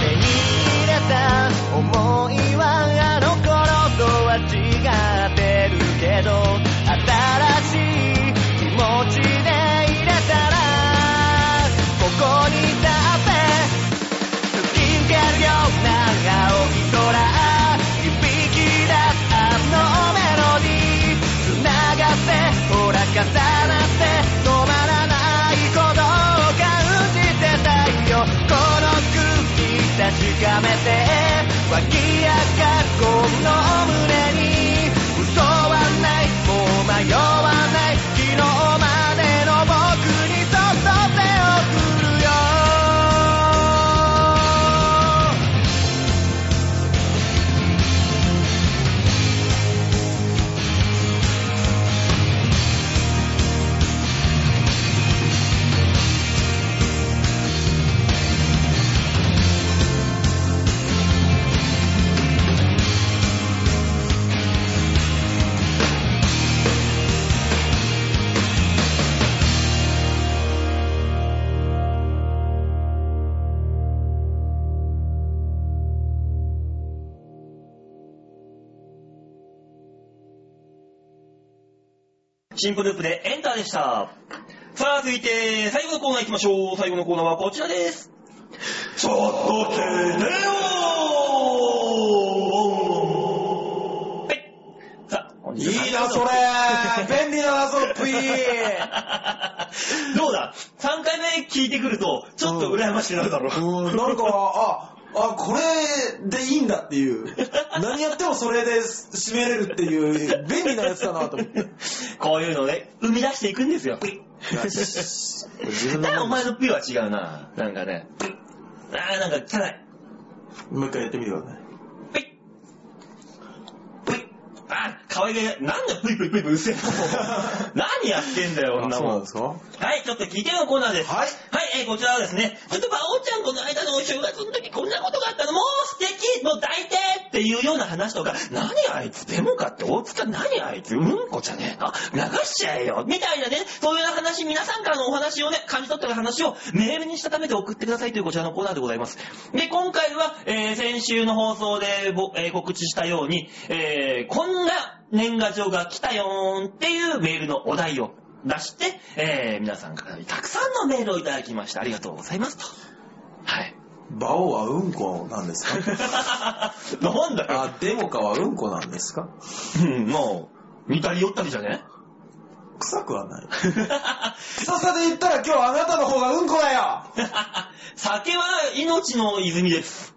Speaker 3: 手に入れた思いはあの頃とは違ってるけど新しい気持ちで入れたらここに立って突き抜けるような青い空響き出すあのメロディー繋がってほら重なって止まらないことを感じてたいよこの空気確かめて湧き上がるこの胸に嘘はないもう迷わない昨日までの僕にそっと手を振るよ
Speaker 1: シンプループでエンターでした。さあ、続いて、最後のコーナー行きましょう。最後のコーナーはこちらです。ちょっと聞いてよはい。さあ、本
Speaker 2: い
Speaker 1: 日の
Speaker 2: いな、そ れ便利だな、そっぷり
Speaker 1: どうだ ?3 回目聞いてくると、ちょっと羨ましくなるだろう。
Speaker 2: うん、なんか、あ、あ、これでいいんだっていう。何やってもそれで締めれるっていう、便利なやつだなと思 って。
Speaker 1: こういうのをね、生み出していくんですよ。ピ ッ
Speaker 2: 自分
Speaker 1: ただお
Speaker 2: のも
Speaker 1: 前のピは違うな。なんかね、ピッあーなんか汚い。
Speaker 2: う一回やってみてください。
Speaker 1: ピッピッあー、可愛げない。なんだプイプイプイプイ、うっせえ。 何やってんだよ、女
Speaker 2: そうなん
Speaker 1: も
Speaker 2: で。すか
Speaker 1: はい、ちょっと聞いてのコーナーです。
Speaker 2: は
Speaker 1: はい、
Speaker 2: い
Speaker 1: えーこちらはですね、ちょっと馬王ちゃんこの間のお正月の時こんなことがあったの、もう素敵もう抱いてっていうような話とか、何あいつデモかって大塚何あいつうんこじゃねえの流しちゃえよみたいなね、そういうような話、皆さんからのお話をね、感じ取った話をメールにしたためて送ってくださいというこちらのコーナーでございます。で、今回は、えー先週の放送でぼ、えー告知したように、えーこんな年賀状が来たよーんっていうメールのお題を出して、えー皆さんからたくさんのメールをいただきましてありがとうございますと。はい。
Speaker 2: 馬王はうんこなんですか
Speaker 1: なんだよ。
Speaker 2: あ、デモカはうんこなんですか
Speaker 1: うん、もう、似たり寄ったりじゃね
Speaker 2: 臭くはない。臭さで言ったら今日あなたの方がうんこだよ
Speaker 1: 酒は命の泉です。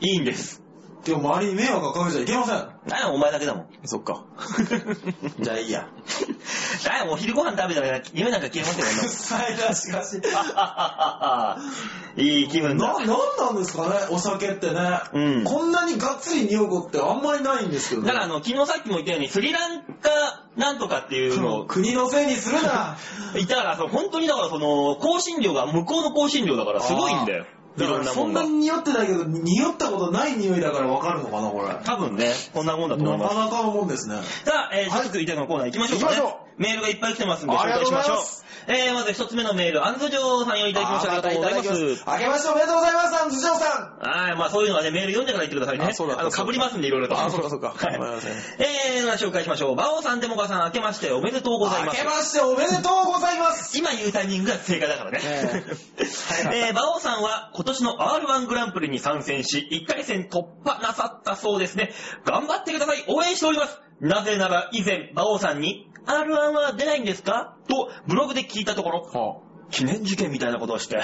Speaker 1: いいんです。
Speaker 2: でも周りに迷惑をかけちゃいけません。
Speaker 1: なんやお前だけだもん。
Speaker 2: そっか。じゃあいいや。
Speaker 1: なんやお昼ご飯食べたら夢なんか消えますよ、
Speaker 2: 臭いな、しか し。
Speaker 1: 女 いい気分
Speaker 2: な、
Speaker 1: だ
Speaker 2: な。んなんですかね、お酒ってね。
Speaker 1: うん
Speaker 2: こんなにがっつり匂うこってあんまりないんですけどね。
Speaker 1: だからあの、昨日さっきも言ったように、スリランカなんとかっていうのを
Speaker 2: 国のせいにするな。
Speaker 1: いたから、その本当にだからその、香辛料が向こうの香辛料だからすごいんだよ。 い
Speaker 2: だか
Speaker 1: ろん
Speaker 2: ら
Speaker 1: な
Speaker 2: そ
Speaker 1: もん
Speaker 2: ん
Speaker 1: が
Speaker 2: な。に匂ってないけど、匂ったことない匂いだからわかるのかな、これ。
Speaker 1: 多分ね、こんなもんだと思い
Speaker 2: な
Speaker 1: ます。
Speaker 2: かなかのもんですね。
Speaker 1: さあ、えー、早速、いたのコーナー行きましょうか、ね。
Speaker 2: 行きましょ
Speaker 1: メールがいっぱい来てますんで、紹
Speaker 2: ありがと
Speaker 1: 介
Speaker 2: う
Speaker 1: し
Speaker 2: ござ
Speaker 1: ま
Speaker 2: い
Speaker 1: しょう
Speaker 2: ま。
Speaker 1: えー、まず一つ目のメール、安藤城さんよりいただきました。ありがとうございます。
Speaker 2: あけましておめでとうございます、安藤翔さん。
Speaker 1: はい、まあそういうのはね、メール読んでから言ってくださいね。
Speaker 2: あそうだった
Speaker 1: の、
Speaker 2: そ
Speaker 1: 被
Speaker 2: うだ
Speaker 1: りま
Speaker 2: った
Speaker 1: すんで、いろいろと。
Speaker 2: あそうかそうか
Speaker 1: はい
Speaker 2: ごめんなさい。
Speaker 1: えー、まあ紹介しましょう。馬王さん、デモカさん、明けましておめでとうござい
Speaker 2: あ
Speaker 1: ます。
Speaker 2: けましておめでとうございます。
Speaker 1: 今言うタイミングが正解だからね。
Speaker 2: え
Speaker 1: えー馬王さんは今年の R1 グランプリに参戦し、1回戦突破なさったそうですね。頑張ってください。応援しております。なぜなら以前、馬王さんに、R1 は出ないんですかと、ブログで聞いたところ、
Speaker 2: は
Speaker 1: 記念事件みたいなことをして、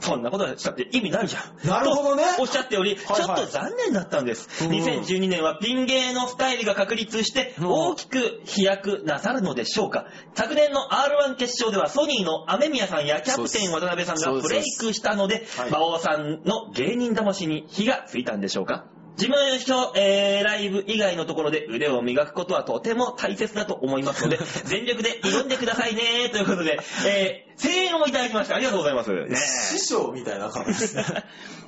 Speaker 1: そんなことしたって意味ないじゃん。
Speaker 2: なるほどね
Speaker 1: とおっしゃっており、ちょ
Speaker 2: はい
Speaker 1: っと残念だったんです。
Speaker 2: うん
Speaker 1: 2012年はピン芸のスタイルが確立して、
Speaker 2: うん
Speaker 1: 大きく飛躍なさるのでしょうか。昨年の R1 決勝ではソニーの雨宮さんやキャプテン渡辺さんがブレイクしたので、
Speaker 2: そうです
Speaker 1: 馬王さんの芸人魂に火がついたんでしょうか。自分の、えーライブ以外のところで腕を磨くことはとても大切だと思います ので、全力で挑んでくださいねということで、えー声援をいただきました。ありがとうございます。ね
Speaker 2: い。師匠みたいな感じですね。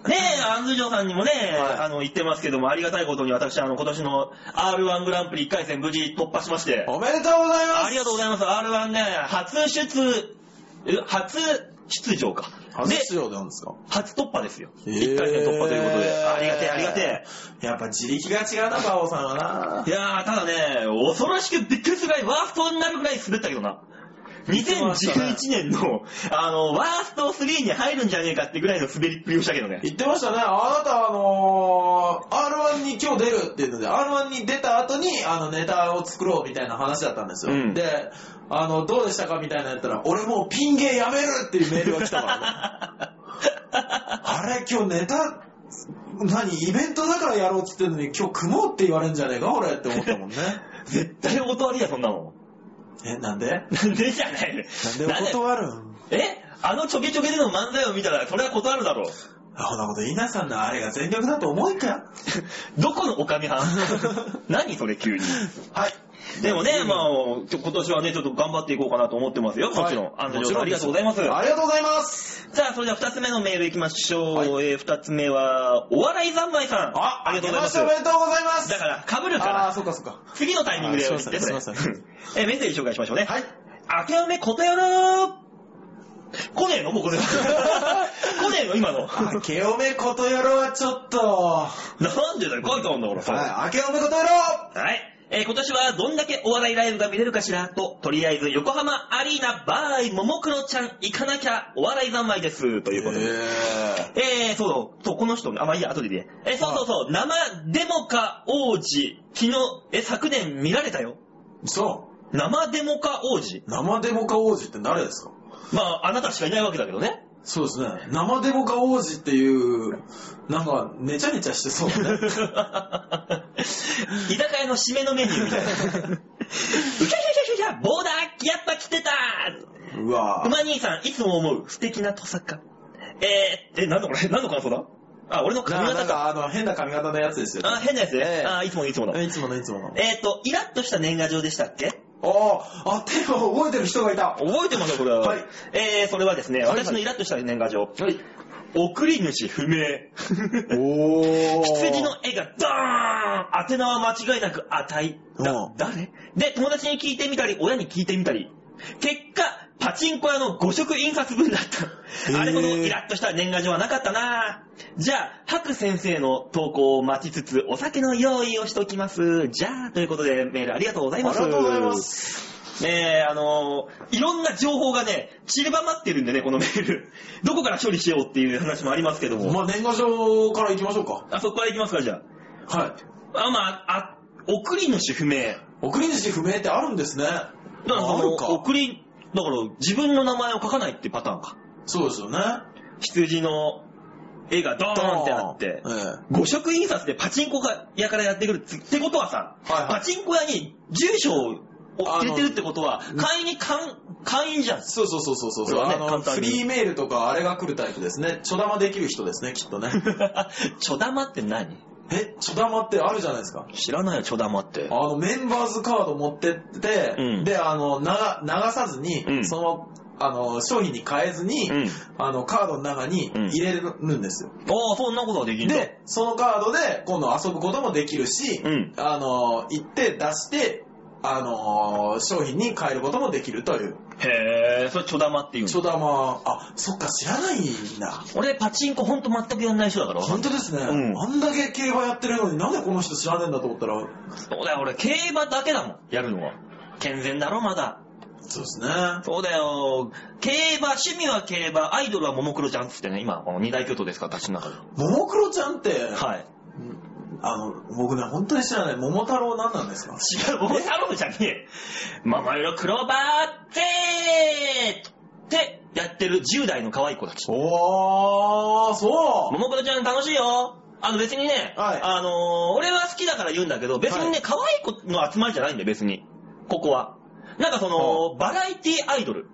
Speaker 1: ね え、安住城さんにもね、
Speaker 2: はい
Speaker 1: あの、言ってますけども、ありがたいことに私、あの、今年の R1 グランプリ1回戦無事突破しまして、
Speaker 2: おめでとうございます。
Speaker 1: ありがとうございます。R1 ね、初出、え初出場か。で
Speaker 2: 初、出場なんですか
Speaker 1: 初突破ですよ。1回戦突破ということで、ありがてえ、ありがて
Speaker 2: え。やっぱ自力が違うな、馬王さんはな
Speaker 1: え。い。やー、ただね、恐ろしくびっくりするぐらい、ワーストになるぐらい滑ったけどな。2011年の、あの、ワースト3に入るんじゃねえかってぐらいの滑りっぷりをしたけどね。
Speaker 2: 言ってましたね。あなた、あのー、R1 に今日出るっていうので、R1 に出た後に、あの、ネタを作ろうみたいな話だったんですよ。
Speaker 1: うん
Speaker 2: で、あの、どうでしたかみたいなのやったら、俺もうピン芸やめるっていうメールが来たからね。 あれ、今日ネタ、何イベントだからやろうっつってんのに、今日組もうって言われるんじゃねえか俺って思ったもんね。
Speaker 1: 絶対お断りだ、そんなもん。
Speaker 2: え、なんでなん
Speaker 1: なんでじゃないね。
Speaker 2: で
Speaker 1: なんで
Speaker 2: 断るん
Speaker 1: えあのちょけちょけでの漫才を見たら、それは断るだろう。
Speaker 2: アホなこと言いなさんな、あれが全力だと思いか。
Speaker 1: どこのおかみはん 何それ急に。
Speaker 2: はい。
Speaker 1: でもね、まあ、ちょ今年はね、ちょっと頑張っていこうかなと思ってますよ。もちろん。
Speaker 2: はい
Speaker 1: 安藤さんありがとうございます。
Speaker 2: ありがとうございます。
Speaker 1: さあ、それでは二つ目のメールいきましょう。えー、二つ目は、お笑い三昧さん。
Speaker 2: あ、
Speaker 1: ありがとうございます
Speaker 2: 明けましておめでとうございます。
Speaker 1: だから、被るか
Speaker 2: ああ、
Speaker 1: ら、
Speaker 2: そっかそっか。
Speaker 1: 次のタイミングで
Speaker 2: あー
Speaker 1: 言
Speaker 2: す
Speaker 1: っ
Speaker 2: いま
Speaker 1: て
Speaker 2: せ
Speaker 1: それ
Speaker 2: んすいませ
Speaker 1: えー、 メッセージ紹介しましょうね。
Speaker 2: はい。
Speaker 1: 明けおめことよろー来ねえのも うこれ。来ねえの今の。
Speaker 2: 明けおめことよろはちょっと。は、
Speaker 1: なんでだよ、書いてあるんだからさ。はい
Speaker 2: 明けおめことよ
Speaker 1: い。えー今年はどんだけお笑いライブが見れるかしらと、とりあえず横浜アリーナバーイももクロちゃん行かなきゃお笑い三昧です。というこ
Speaker 2: ろ
Speaker 1: とで。
Speaker 2: え
Speaker 1: えー、そうそう、そうこの人ね、あ、まあいいや、後でね。えーそうそうそう、生デモカ王子、昨日、え、昨年見られたよ。
Speaker 2: ー、そ
Speaker 1: 生デモカ王子。
Speaker 2: う、生デモカ王子って誰ですか
Speaker 1: まあ、あなたしかいないわけだけどね。
Speaker 2: そうですね。生デモが王子っていう、なんか、ねちゃねちゃしてそうだね。
Speaker 1: 居酒屋の締めのメニューみたいな。うきゃひゃひゃひゃひゃ、ボーダー、やっぱ来てた
Speaker 2: うわ
Speaker 1: 馬兄さん、いつも思う素敵な土佐か。えー、え、なんだこれ 何の感想だあ、俺の
Speaker 2: な
Speaker 1: 髪
Speaker 2: なん
Speaker 1: 型か。
Speaker 2: か、あの、変な髪型のやつですよ。
Speaker 1: あ、変なやつね。
Speaker 2: ええ
Speaker 1: あ、いつものいつもの。
Speaker 2: えいつものいつもの。
Speaker 1: えっ、ー、と、イラッとした年賀状でしたっけ
Speaker 2: ああ、あ、テーマを覚えてる人がいた。
Speaker 1: 覚えてますよ、これは。
Speaker 2: はい
Speaker 1: えー、それはですね、
Speaker 2: はいはい
Speaker 1: 私のイラッとした年賀状。
Speaker 2: はい。
Speaker 1: 送り主不明。
Speaker 2: おー。
Speaker 1: 羊の絵がドーン宛名は間違いなく値。
Speaker 2: う
Speaker 1: だ
Speaker 2: ん、
Speaker 1: 誰で、友達に聞いてみたり、親に聞いてみたり。結果、パチンコ屋の5色印刷分だった。
Speaker 2: ー
Speaker 1: あれほどイラッとした年賀状はなかったなじゃあ、ハク先生の投稿を待ちつつ、お酒の用意をしときます。じゃあ、ということで、メールありがとうございます。
Speaker 2: ありがとうございます。
Speaker 1: ねえ、あのーいろんな情報がね、散りばまってるんでね、このメール。どこから処理しようっていう話もありますけども。
Speaker 2: まあ、年賀状から行きましょうか。
Speaker 1: あそこから行きますか、じゃ
Speaker 2: はい。
Speaker 1: あ。あ、まあ、あ、送り主不明。
Speaker 2: 送り主不明ってあるんですね。あ
Speaker 1: だからそ
Speaker 2: る
Speaker 1: の、
Speaker 2: か。
Speaker 1: 送り、だから自分の名前を書かないってパターンか。
Speaker 2: そうですよね。
Speaker 1: 羊の絵がドーンってなって
Speaker 2: え。
Speaker 1: 五色印刷でパチンコ屋からやってくるつってことはさ、
Speaker 2: はいはい
Speaker 1: パチンコ屋に住所を入れてるってことは、会員に会員会員じゃん
Speaker 2: え。。そうそうそうそうそうそう、
Speaker 1: これは
Speaker 2: あ
Speaker 1: ね
Speaker 2: の、
Speaker 1: 簡単
Speaker 2: フ
Speaker 1: に
Speaker 2: リーメールとかあれが来るタイプですね。ちょだまできる人ですね、きっと ね。
Speaker 1: ちょだまって何
Speaker 2: え、ちょだまってあるじゃないですか。
Speaker 1: 知らないよ、ちょだまって
Speaker 2: あ。の、メンバーズカード持ってって、
Speaker 1: うん
Speaker 2: で、あの、流流さずに、
Speaker 1: うん
Speaker 2: その、あの、商品に変えずに、
Speaker 1: うん
Speaker 2: あの、カードの中に入れるんですよ。
Speaker 1: ああ、そんなことはできんだ。
Speaker 2: で、そのカードで今度遊ぶこともできるし、
Speaker 1: うん
Speaker 2: あの、行って出して、あの、商品に変えることもできるという。
Speaker 1: へえ、それちょだまって言う
Speaker 2: ちょ
Speaker 1: の。
Speaker 2: だま、あ、そっか、知らないんだ。
Speaker 1: 俺、パチンコほんと全くやんない人だから。そ
Speaker 2: 本当ですね、
Speaker 1: うん
Speaker 2: あんだけ競馬やってるのになんでこの人知らねえんだと思ったら、
Speaker 1: うだよ、俺、競馬だけだもん、やるのは。健全だろ、まだ。
Speaker 2: そうですね。
Speaker 1: そうだよ、競馬、趣味は競馬、アイドルはももクロちゃんっつってね、今、この二大巨頭ですから、私の中で。
Speaker 2: ももクロちゃんって、
Speaker 1: はい。
Speaker 2: あの、僕ね、本当に知らない。桃太郎何なんですか
Speaker 1: 違う、桃太郎じゃねえ。桃色クローバーゼーってやってる10代の可愛い子たち。
Speaker 2: おー、そう
Speaker 1: ももクロちゃん楽しいよ。あの別にね、
Speaker 2: はい
Speaker 1: あのー俺は好きだから言うんだけど、別にね、
Speaker 2: は
Speaker 1: 可愛い子の集まりじゃないんだよ、別に。ここは。なんかその、バラエティアイドル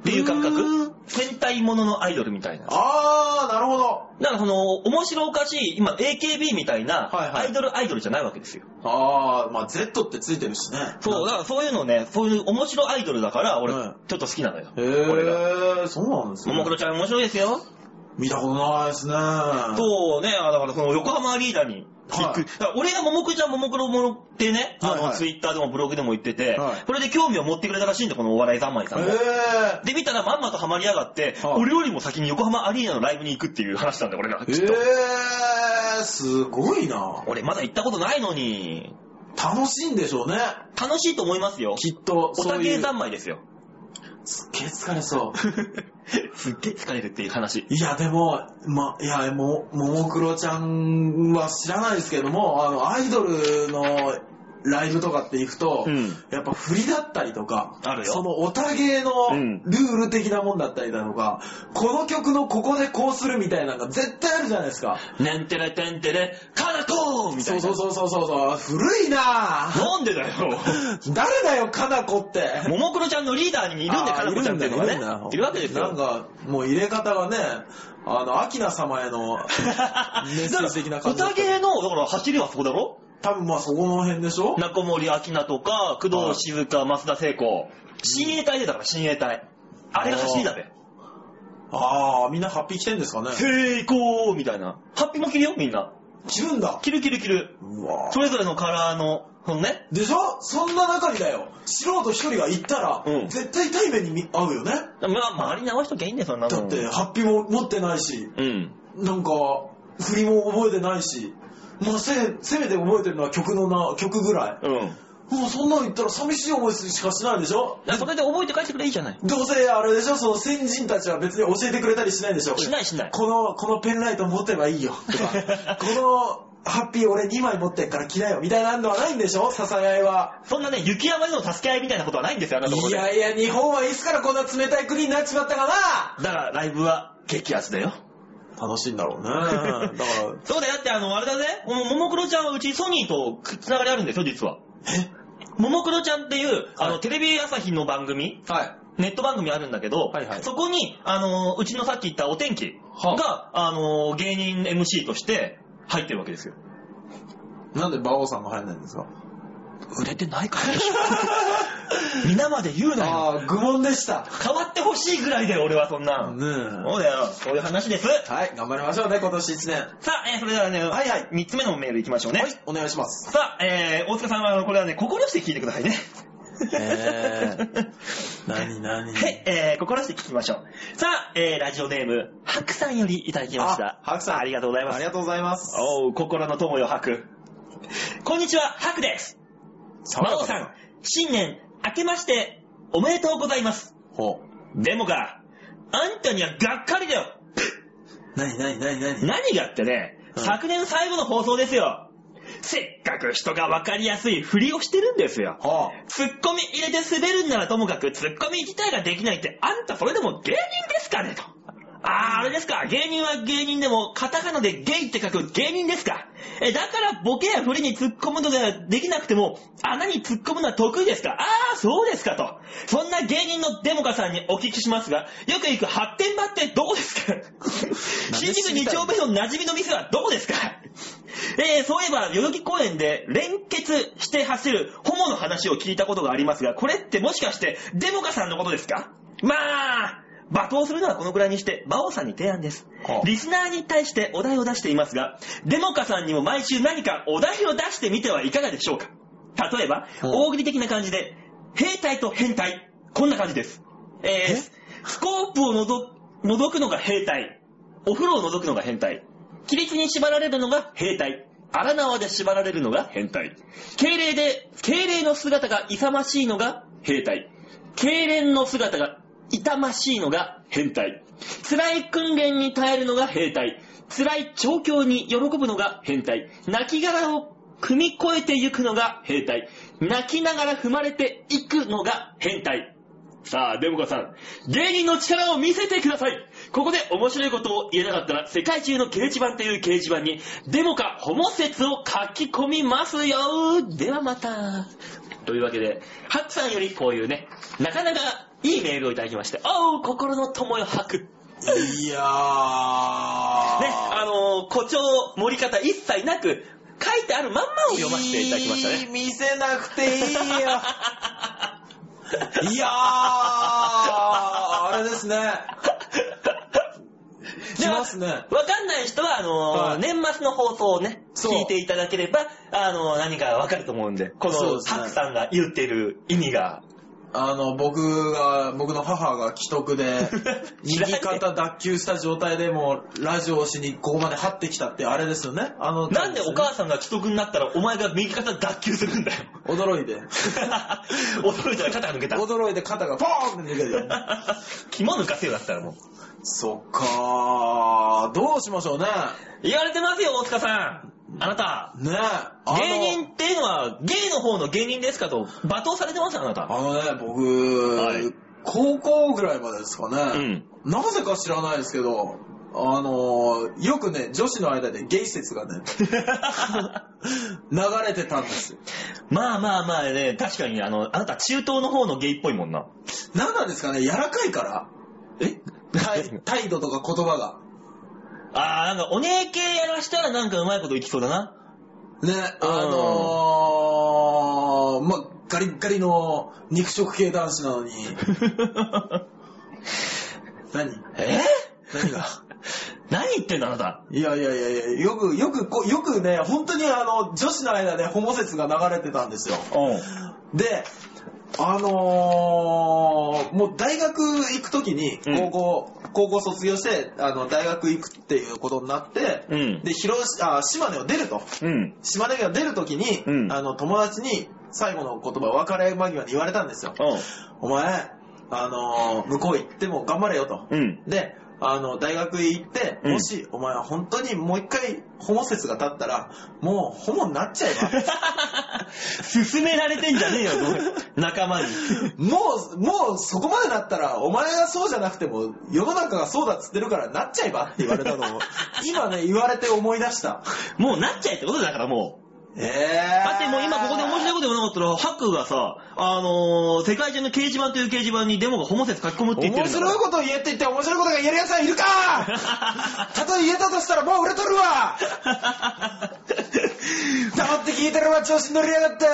Speaker 1: っていう感
Speaker 2: う
Speaker 1: 覚
Speaker 2: ん
Speaker 1: 戦隊もののアイドルみたいな。
Speaker 2: あー、なるほど。
Speaker 1: なんかその、面白おかしい、今 AKB みたいな、
Speaker 2: はいは
Speaker 1: ア
Speaker 2: い
Speaker 1: イドルアイドルじゃないわけですよ。
Speaker 2: あー、まあ Z ってついてるしね。
Speaker 1: そう、だからそういうのね、そういう面白アイドルだから、俺、
Speaker 2: うん
Speaker 1: ちょっと好きなのよ。
Speaker 2: へ
Speaker 1: 俺が。
Speaker 2: ー、そうなんです
Speaker 1: ももクロちゃん面白いですよ。
Speaker 2: 見たことないですね。
Speaker 1: そうね、あだからその横浜アリーナに
Speaker 2: はい
Speaker 1: 行く。だから俺がももクロちゃんももクロもろってね、あ
Speaker 2: はい
Speaker 1: の、
Speaker 2: はい
Speaker 1: ツイッターでもブログでも言ってて、
Speaker 2: はい
Speaker 1: これで興味を持ってくれたらしいんだ、このお笑い三昧さんが。
Speaker 2: へ
Speaker 1: で、見たらまんまとハマりやがって、
Speaker 2: はい
Speaker 1: 俺よりも先に横浜アリーナのライブに行くっていう話なんだよ、俺が。
Speaker 2: ー。
Speaker 1: きっと。
Speaker 2: へー、すごいな。
Speaker 1: 俺まだ行ったことないのに、
Speaker 2: 楽しいんでしょうね。
Speaker 1: 楽しいと思いますよ。
Speaker 2: きっと、
Speaker 1: おた
Speaker 2: そうい
Speaker 1: け
Speaker 2: う。
Speaker 1: 三昧です よ。
Speaker 2: すっげえ疲れそう。
Speaker 1: すっげえ疲れるっていう話。
Speaker 2: いや、でも、ま、いや、も、ももクロちゃんは知らないですけども、あの、アイドルのライブとかって行くと、
Speaker 1: うん
Speaker 2: やっぱ振りだったりとか、
Speaker 1: あるよ
Speaker 2: そのオタ芸の
Speaker 1: うん
Speaker 2: ルール的なもんだったりだとか、この曲のここでこうするみたいなのが絶対あるじゃないですか。
Speaker 1: ねんてれてんてれ、かなこみたい
Speaker 2: そう
Speaker 1: な。
Speaker 2: そうそうそうそうそう、古いなぁ。
Speaker 1: なんでだ よ。
Speaker 2: 誰だよ、かなこって。
Speaker 1: ももクロちゃんのリーダーにいるんで、
Speaker 2: あー
Speaker 1: かなこちゃんっていうのがね。い
Speaker 2: るん
Speaker 1: る
Speaker 2: だんだ
Speaker 1: わけですよ。
Speaker 2: なんか、もう入れ方がね、あの、アキナ様への、 メッセージ的な感じだった
Speaker 1: 宴の、だから走りはそこだろ
Speaker 2: 多分まあそこの辺でしょ
Speaker 1: 中森明菜とか、工藤静香、増田聖子。親衛隊でだから、親衛隊。あれが走りだべ。
Speaker 2: ああ、みんなハッピー来てんですかね。
Speaker 1: 成功みたいな。ハッピーも着るよ、みんな。
Speaker 2: 来るんだ。
Speaker 1: 着る着る着る。
Speaker 2: うわ
Speaker 1: それぞれのカラーの、そのね、
Speaker 2: でしょそんな中にだよ。素人一人が行ったら、
Speaker 1: うん
Speaker 2: 絶対対面にみ合うよね。
Speaker 1: まあ、周りに合わせときゃいいんだよ、そんな
Speaker 2: だ
Speaker 1: も
Speaker 2: っ
Speaker 1: ん
Speaker 2: て、ハッピーも持ってないし、
Speaker 1: うん。
Speaker 2: なんか、振りも覚えてないし、まあせ、せめて覚えてるのは曲のな、曲ぐら
Speaker 1: うん。
Speaker 2: い。もうそんなの言ったら寂しい思いしかしないでしょ
Speaker 1: それで覚えて帰ってくれいいじゃない。
Speaker 2: どうせあれでしょその先人たちは別に教えてくれたりしないでしょ
Speaker 1: しないしない
Speaker 2: この、このペンライト持てばいいよ。とか、この、ハッピー俺2枚持ってっから着なよ、みたいなのはないんでしょ支え合いは。
Speaker 1: そんなね、雪山での助け合いみたいなことはないんですよ、あんなところ
Speaker 2: い
Speaker 1: で。
Speaker 2: やいや、日本はいつからこんな冷たい国になっちまったかな
Speaker 1: だからライブは激アツだよ。
Speaker 2: 楽しいんだろうね。だから、
Speaker 1: そうだよ、だってあの、あれだぜ。もももクロちゃんはうちソニーとくつながりあるんですよ、実は。えももクロちゃんっていう、あの、テレビ朝日の番組、
Speaker 2: はい。
Speaker 1: ネット番組あるんだけど、
Speaker 2: はいはい
Speaker 1: そこに、あの、うちのさっき言ったお天気が、あの、芸人 MC として入ってるわけ ですよ。
Speaker 2: なんで馬王さんが入んないんですか
Speaker 1: 売れてないからでしょ。皆まで言うなよ。
Speaker 2: ああ、愚問でした。ね
Speaker 1: 変わってほしいぐらいだよ、俺はそんな
Speaker 2: え
Speaker 1: ん。そうだよ、そういう話です。
Speaker 2: はい、頑張りましょうね、今年1年。
Speaker 1: さあ、えーそれではね、
Speaker 2: はいはい
Speaker 1: 3つ目のメールいきましょうね。
Speaker 2: はい、お願いします。
Speaker 1: さあ、えー、大塚さんは、あのこれはね、心して聞いてくださいね。
Speaker 2: えー何何
Speaker 1: はい、えー、心して聞きましょう。さあ、えー、ラジオネーム、ハクさんよりいただきました。
Speaker 2: あハクさん
Speaker 1: ありがとうございま
Speaker 2: あり
Speaker 1: す。
Speaker 2: がとうございます。
Speaker 1: おう、心の友よ、ハク。こんにちは、ハクです。魔王さん、新年、明けまして、おめでとうございます。
Speaker 2: ほ
Speaker 1: でもか、あんたにはがっかりだよ。
Speaker 2: う。何何何何
Speaker 1: 何がってね、
Speaker 2: うん
Speaker 1: 昨年最後の放送ですよ。せっかく人がわかりやすい振りをしてるんですよ。
Speaker 2: ほ
Speaker 1: ツッコミ入れて滑るんならともかく、ツッコミ自体ができないって、あんたそれでも芸人ですかねと。あー、あれですか。芸人は芸人でも、カタカナでゲイって書く芸人ですか。え、だからボケや振りに突っ込むのができなくても、穴に突っ込むのは得意ですかあー、そうですかと。そんな芸人のデモカさんにお聞きしますが、よく行く発展場ってどこですか新宿2丁目の馴染みの店はどこですか えー、そういえば、代々木公園で連結して走るホモの話を聞いたことがありますが、これってもしかして、デモカさんのことですかまあ、罵倒するのはこのくらいにして、馬王さんに提案です
Speaker 2: は。あ
Speaker 1: リスナーに対してお題を出していますが、デモカさんにも毎週何かお題を出してみてはいかがでしょうか例えば、
Speaker 2: うん
Speaker 1: 大喜利的な感じで、兵隊と変態。こんな感じです。えー
Speaker 2: え
Speaker 1: スコープをのぞ、覗くのが兵隊。お風呂を覗くのが変態。規律に縛られるのが兵隊。荒縄で縛られるのが変態。敬礼で、敬礼の姿が勇ましいのが兵隊。敬礼の姿が痛ましいのが変態。辛い訓練に耐えるのが兵隊。辛い調教に喜ぶのが変態。泣き殻を組み越えてゆくのが兵隊。泣きながら踏まれていくのが変態。さあ、デモカさん、芸人の力を見せてくださいここで面白いことを言えなかったら、世界中の掲示板という掲示板に、デモカホモ説を書き込みますよではまたというわけで、ハクさんよりこういうね、なかなかいいメールをいただきまして、おう、心の友よハク。ね、
Speaker 2: いやー。
Speaker 1: あのー誇張、盛り方一切なく、書いてあるまんまを読ませていただきました
Speaker 2: いい
Speaker 1: ね。
Speaker 2: 見せなく ていいよ。いやー、あれですね。
Speaker 1: で
Speaker 2: 来ますね。
Speaker 1: わかんない人は、あのー
Speaker 2: はい
Speaker 1: 年末の放送をね、
Speaker 2: そう
Speaker 1: 聞いていただければ、あのー何かわかると思うんで、こ
Speaker 2: そう
Speaker 1: の、
Speaker 2: ですね
Speaker 1: ハクさんが言ってる意味が。、
Speaker 2: あの、僕が、僕の母が既得で 右肩脱臼した状態でもう、ラジオをしにここまで張ってきたってあれですよね。あの、
Speaker 1: なんでお母さんが既得になったら、お前が右肩脱臼す るんだよ。
Speaker 2: 驚いて。
Speaker 1: 驚いたら肩が抜けた。
Speaker 2: 驚いて肩がポーンって抜けるよ。
Speaker 1: 肝抜かせよだったらもう。
Speaker 2: そっかー。どうしましょうね。
Speaker 1: 言われてますよ、大塚さん。あなた。
Speaker 2: ねえ。あの
Speaker 1: 芸人っていうのは、ゲイの方の芸人ですかと、罵倒されてますよ、あなた。
Speaker 2: あのね、僕、
Speaker 1: はい
Speaker 2: 高校ぐらいまでですかね、なぜか知らないですけど、あのーよくね、女子の間でゲイ説がね、 流れてたんですよ。
Speaker 1: まあまあまあね、確かに、あの、あなた中東の方のゲイっぽいもんな。
Speaker 2: 何なんですかね、柔らかいから
Speaker 1: え
Speaker 2: 態 態度とか言葉が。
Speaker 1: あー、なんか、お姉系やらしたらなんかうまいこといきそうだ な。
Speaker 2: ね、あのー、まあ、ガリッガリの肉食系男子なのに、何
Speaker 1: え
Speaker 2: 何 が
Speaker 1: 何言ってんだ、あなた。
Speaker 2: いやいやいやいや、よく、よくこ、よくね、本当にあの、女子の間でホモ説が流れてたんですよ。で、あのーもう大学行くときに、
Speaker 1: うん
Speaker 2: 高校、高校卒業して、あの、大学行くっていうことになって、
Speaker 1: うん
Speaker 2: で、広し、あ、島根を出ると。
Speaker 1: うん。
Speaker 2: 島根が出るときに、
Speaker 1: うん
Speaker 2: あの、友達に最後の言葉、別れ間際に言われたんですよ。
Speaker 1: おう。
Speaker 2: お前、あのー向こう行っても頑張れよと。
Speaker 1: うん。
Speaker 2: で、あの、大学へ行って、
Speaker 1: うん
Speaker 2: もしお前は本当にもう一回ホモ説が立ったら、もうホモになっちゃ え ば、
Speaker 1: 勧められてんじゃねえよ、仲間に。
Speaker 2: もう、もうそこまでなったら、お前がそうじゃなくても、世の中がそうだっつってるからなっちゃえばって言われたの を、今ね、言われて思い出した。
Speaker 1: もうなっちゃえってことだからもう。
Speaker 2: えー。
Speaker 1: だってもう今ここで面白い
Speaker 2: い。
Speaker 1: こと言わなかったら、ハックがさ、あのー、世界中の掲示板という掲示板にデモがホモ説書き込むって言って
Speaker 2: 面
Speaker 1: るんだ
Speaker 2: 白いことを言えって言って面白いことが言える奴はい るかたとえ言えたとしたらもう売れとるわ 黙って聞いてれば調子に乗りやがって よ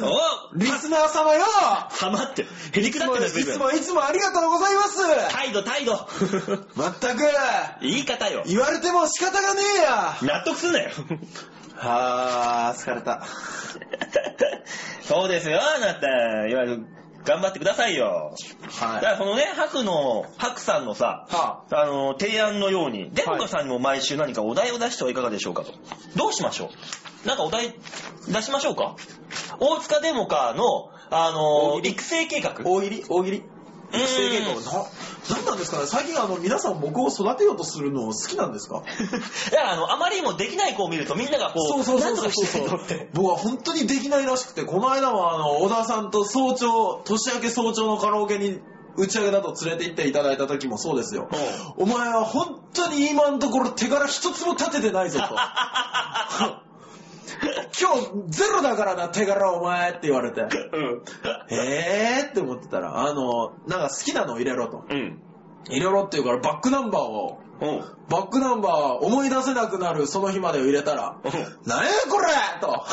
Speaker 1: と お
Speaker 2: リスナー様よ
Speaker 1: ハマって、へり
Speaker 2: い
Speaker 1: く
Speaker 2: つ
Speaker 1: だっ
Speaker 2: も
Speaker 1: てる
Speaker 2: い
Speaker 1: んです
Speaker 2: つもいつもありがとうございます
Speaker 1: 態度態 度
Speaker 2: まったく
Speaker 1: 言い方よ。
Speaker 2: 言われても仕方がねえや
Speaker 1: 納得すんなよ。
Speaker 2: はあ疲れた
Speaker 1: そうですよ、あなた。いわゆる、頑張ってくださいよ。だか
Speaker 2: は
Speaker 1: らそのね、ハクの、ハクさんのさ、
Speaker 2: は
Speaker 1: あの、提案のように、デモカさんにも毎週何かお題を出してはいかがでしょうかと。どうしましょうなんかお題出しましょうか大塚デモカの、あの
Speaker 2: 大喜、利
Speaker 1: 育成計画。
Speaker 2: 大喜利大喜利
Speaker 1: うん
Speaker 2: 育成言語ななんなんですかね最近あの皆さん僕を育てようとするの好きなんですか
Speaker 1: だからあの、あまりにもできない子を見るとみんながこう、
Speaker 2: そうそう
Speaker 1: な
Speaker 2: そ
Speaker 1: ん
Speaker 2: う
Speaker 1: と
Speaker 2: そ
Speaker 1: か
Speaker 2: う
Speaker 1: してるとって。
Speaker 2: 僕は本当にできないらしくて、この間もあの、小田さんと早朝、年明け早朝のカラオケに打ち上げだと連れて行っていただいた時もそうですよ。お前は本当に今のところ手柄一つも立ててないぞと。今日ゼロだからな、手柄お前って言われて。
Speaker 1: うん。
Speaker 2: えーって思ってたら、あの、なんか好きなのを入れろと。
Speaker 1: うん。
Speaker 2: 入れろって言うからバックナンバーを、
Speaker 1: うん。
Speaker 2: バックナンバー思い出せなくなるその日までを入れたら、なんやこれと。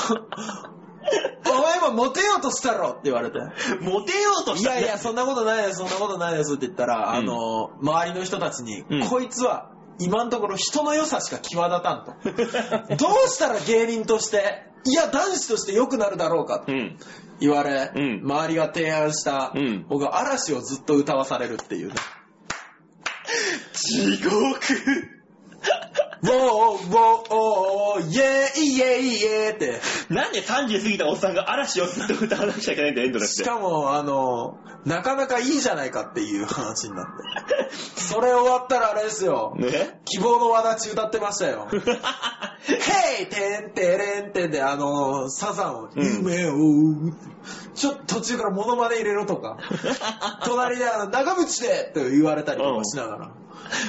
Speaker 2: お前もモテようとしたろって言われて。
Speaker 1: モテようと
Speaker 2: い
Speaker 1: した
Speaker 2: やいや、そんなことないです、そんなことないですって言ったら、
Speaker 1: うん
Speaker 2: あの、周りの人たちに、
Speaker 1: うん
Speaker 2: こいつは今のところ人の良さしか際立 たんと。どうしたら芸人として、いや、男子として良くなるだろうかと
Speaker 1: うん。
Speaker 2: 言われ、
Speaker 1: うん
Speaker 2: 周りが提案した、
Speaker 1: うん
Speaker 2: 僕は嵐をずっと歌わされるっていうね。
Speaker 1: 地獄。
Speaker 2: ウォーウォーおーおーイェイイェイイェイって。
Speaker 1: なんで30過ぎたおっさんが嵐をずっと歌わなくちゃいけないんだよ、エンドレス
Speaker 2: し
Speaker 1: で。
Speaker 2: かも、あの、なかなかいいじゃないかっていう話になって。それ終わったらあれですよ。
Speaker 1: ね
Speaker 2: 希望の輪立ち歌ってましたよ。ヘイてんてれんてんで、あの、サザンを、
Speaker 1: うん
Speaker 2: 夢を、ちょっと途中からモノマネ入れろとか、隣で、あの、長渕でと言われたりとかしながら。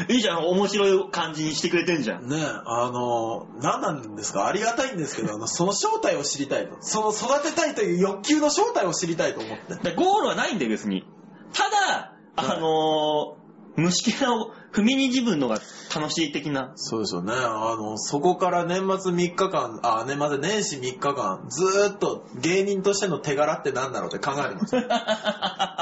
Speaker 1: いいじゃん、面白い感じにしてくれてんじゃん。
Speaker 2: ねえ、あの、何なんですかありがたいんですけど、あの、その正体を知りたいと。その育てたいという欲求の正体を知りたいと思って。
Speaker 1: でゴールはないんだよ、別に。ただ、あのー、虫けらを踏みにじぶんのが楽しい的な。
Speaker 2: そうですよね。あの、そこから年末3日間、あ、年末、年始3日間、ずーっと芸人としての手柄って何だろうって考えてました。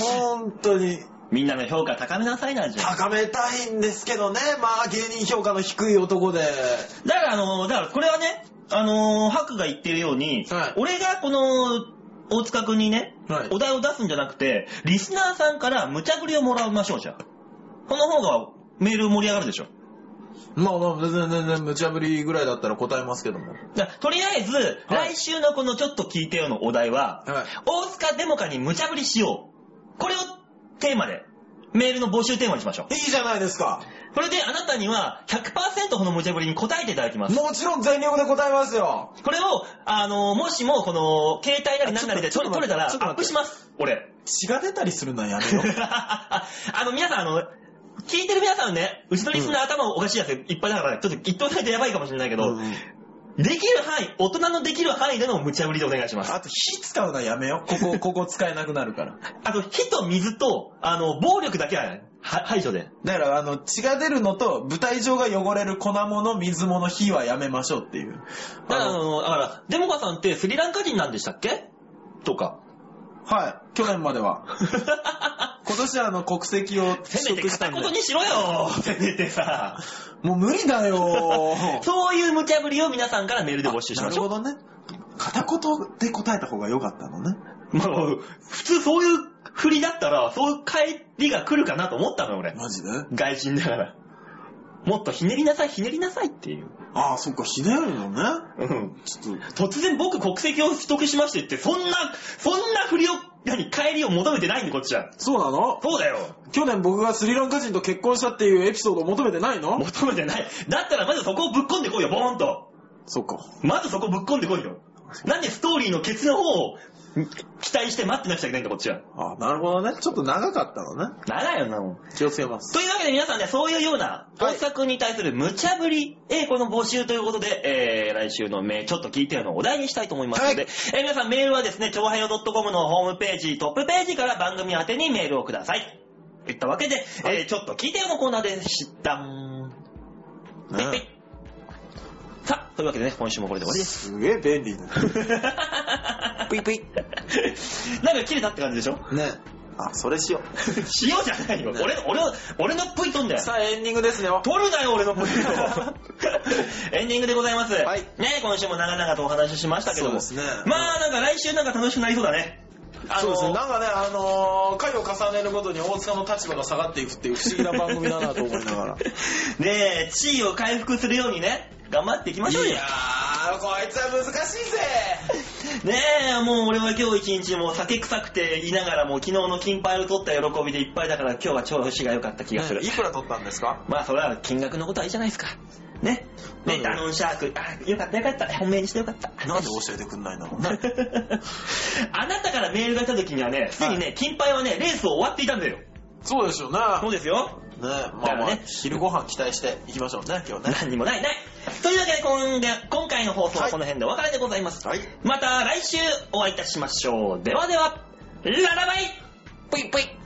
Speaker 2: 本当に
Speaker 1: みんなの評価高めなさいなんじゃん。
Speaker 2: 高めたいんですけどね。まあ、芸人評価の低い男で。
Speaker 1: だから、あのー、だからこれはね、あのー、ハクが言ってるように、
Speaker 2: はい
Speaker 1: 俺がこの、大塚くんにね、
Speaker 2: はい
Speaker 1: お題を出すんじゃなくて、リスナーさんから無茶ぶりをもらいましょう、じゃあ。この方がメール盛り上がるでしょ。
Speaker 2: まあまあ、全然全然無茶ぶりぐらいだったら答えますけども。
Speaker 1: じゃあとりあえず、
Speaker 2: はい
Speaker 1: 来週のこのちょっと聞いてよのお題は、
Speaker 2: はい
Speaker 1: 大塚デモカに無茶ぶりしよう。これをテーマで、メールの募集テーマにしましょ
Speaker 2: いいじゃないですか。
Speaker 1: う。これであなたには100%この無茶ぶりに答えていただきます。
Speaker 2: もちろん全力で答えますよ。
Speaker 1: これを、あのもしもこの、携帯なり何なりで
Speaker 2: ちょ
Speaker 1: 取
Speaker 2: っと
Speaker 1: れたら、ア
Speaker 2: ちょっと
Speaker 1: ッ
Speaker 2: 待
Speaker 1: プ
Speaker 2: って
Speaker 1: します。俺。
Speaker 2: 血が出たりするのはやめよう。
Speaker 1: あの、皆さん、あの、聞いてる皆さんね、うちのリスナー頭おかしいやついっぱいだから、ちょっと言っておかないとやばいかもしれないけど、
Speaker 2: うん
Speaker 1: できる範囲、大人のできる範囲での無茶ぶりでお願いします。
Speaker 2: あと火使うのはやめよう。ここ、ここ使えなくなるから。
Speaker 1: あと、火と水と、あの、暴力だけはは排除で。
Speaker 2: だから、あの、血が出るのと、舞台上が汚れる粉物、水物、火はやめましょうっていう。
Speaker 1: だから、あの、だから、デモカさんってスリランカ人なんでしたっけとか。
Speaker 2: はい、去年まで は。今年はあの、国籍を
Speaker 1: せ
Speaker 2: 取
Speaker 1: めて
Speaker 2: 得し
Speaker 1: 片
Speaker 2: たんで
Speaker 1: 言。にしろ よせめてさ。
Speaker 2: もう無理 だよ
Speaker 1: そういう無茶ぶりを皆さんからメールで募集し
Speaker 2: な
Speaker 1: ま
Speaker 2: る
Speaker 1: しょ
Speaker 2: ほ
Speaker 1: う。
Speaker 2: どね。片言で答えた方が良かったのね。
Speaker 1: まあ、普通そういう振りだったら、そういう帰りが来るかなと思ったのよ、俺。
Speaker 2: マジで
Speaker 1: 外人だから。もっとひねりなさい、ひねりなさいっていう。
Speaker 2: ああ、そっか、ひねるのね。
Speaker 1: うん。
Speaker 2: ちょっと、
Speaker 1: 突然僕国籍を取得しましてって、そんな、そんな振りを、何、帰りを求めてないんで、こっちは。
Speaker 2: そうなの
Speaker 1: そうだよ。
Speaker 2: 去年僕がスリランカ人と結婚したっていうエピソードを求めてないの
Speaker 1: 求めてない。だったらまずそこをぶっこんでこいよ、ボーンと。
Speaker 2: そっか。
Speaker 1: まずそこぶっこんでこいよ。なんでストーリーのケツの方を期待して待ってなくちゃいけないんだ、こっちは。
Speaker 2: ああ、なるほどね。ちょっと長かったのね。
Speaker 1: 長いよな、もう。
Speaker 2: 気をつけます。
Speaker 1: というわけで皆さんね、そういうような、
Speaker 2: はい
Speaker 1: 本作に対する無茶ぶり、えーこの募集ということで、えー、来週の名、ちょっと聞いてよのお題にしたいと思いますので、
Speaker 2: はい
Speaker 1: えー皆さんメールはですね、超はよ .com のホームページ、トップページから番組宛てにメールをください。といったわけで、えーちょっと聞いてよのコーナーでした。はいはい
Speaker 2: ね、
Speaker 1: さあ、というわけでね、今週もこれで終わりです。
Speaker 2: すげえ便利だね。 ぷいぷい。
Speaker 1: なんか切れたって感じでしょ
Speaker 2: ね。あ、それしよ
Speaker 1: しようじゃないよ。俺の、俺の、俺のプイ飛んだ
Speaker 2: う。
Speaker 1: よ。
Speaker 2: さあ、エンディングですね。は
Speaker 1: 取るなよ、俺のポイン ト。エンディングでございます。
Speaker 2: はい
Speaker 1: ね、今週も長々とお話ししましたけども。
Speaker 2: そうですね
Speaker 1: まあ、なんか来週なんか楽しくなりそうだね。あ
Speaker 2: そう
Speaker 1: の
Speaker 2: ですね。なんかね、あのー、回を重ねるごとに大塚の立場が下がっていくっていう不思議な番組だなと思いながら。
Speaker 1: ねえ、地位を回復するようにね、頑張っていきましょうよ。
Speaker 2: ー、こいつは難しいぜ
Speaker 1: ねえ、もう俺は今日一日もう酒臭くて言いながらもう昨日の金杯を取った喜びでいっぱいだから今日は調子が良かった気がする。
Speaker 2: いくら取ったんですか
Speaker 1: まあ、それは金額のことはいいじゃないですか。ね。
Speaker 2: う
Speaker 1: ね、
Speaker 2: ん
Speaker 1: ダノンシャーク。あ、よかったよかった。本命にしてよかった。
Speaker 2: なんで教えてくんないんだろうね。
Speaker 1: あなたからメールが来た時にはね、すでにね、金杯はね、レースを終わっていたんだよ。
Speaker 2: そうですよね。
Speaker 1: そうですよ。
Speaker 2: ねまあ
Speaker 1: だか
Speaker 2: ま
Speaker 1: ら
Speaker 2: あ
Speaker 1: ね、
Speaker 2: 昼ご飯期待していきましょうね、今日ね。
Speaker 1: 何にもないない。というわけで今月、今回の放送はこの辺でお別れでございます。
Speaker 2: はい
Speaker 1: また来週お会いいたしましょう。ではでは、ララバイ
Speaker 3: ぷいぷい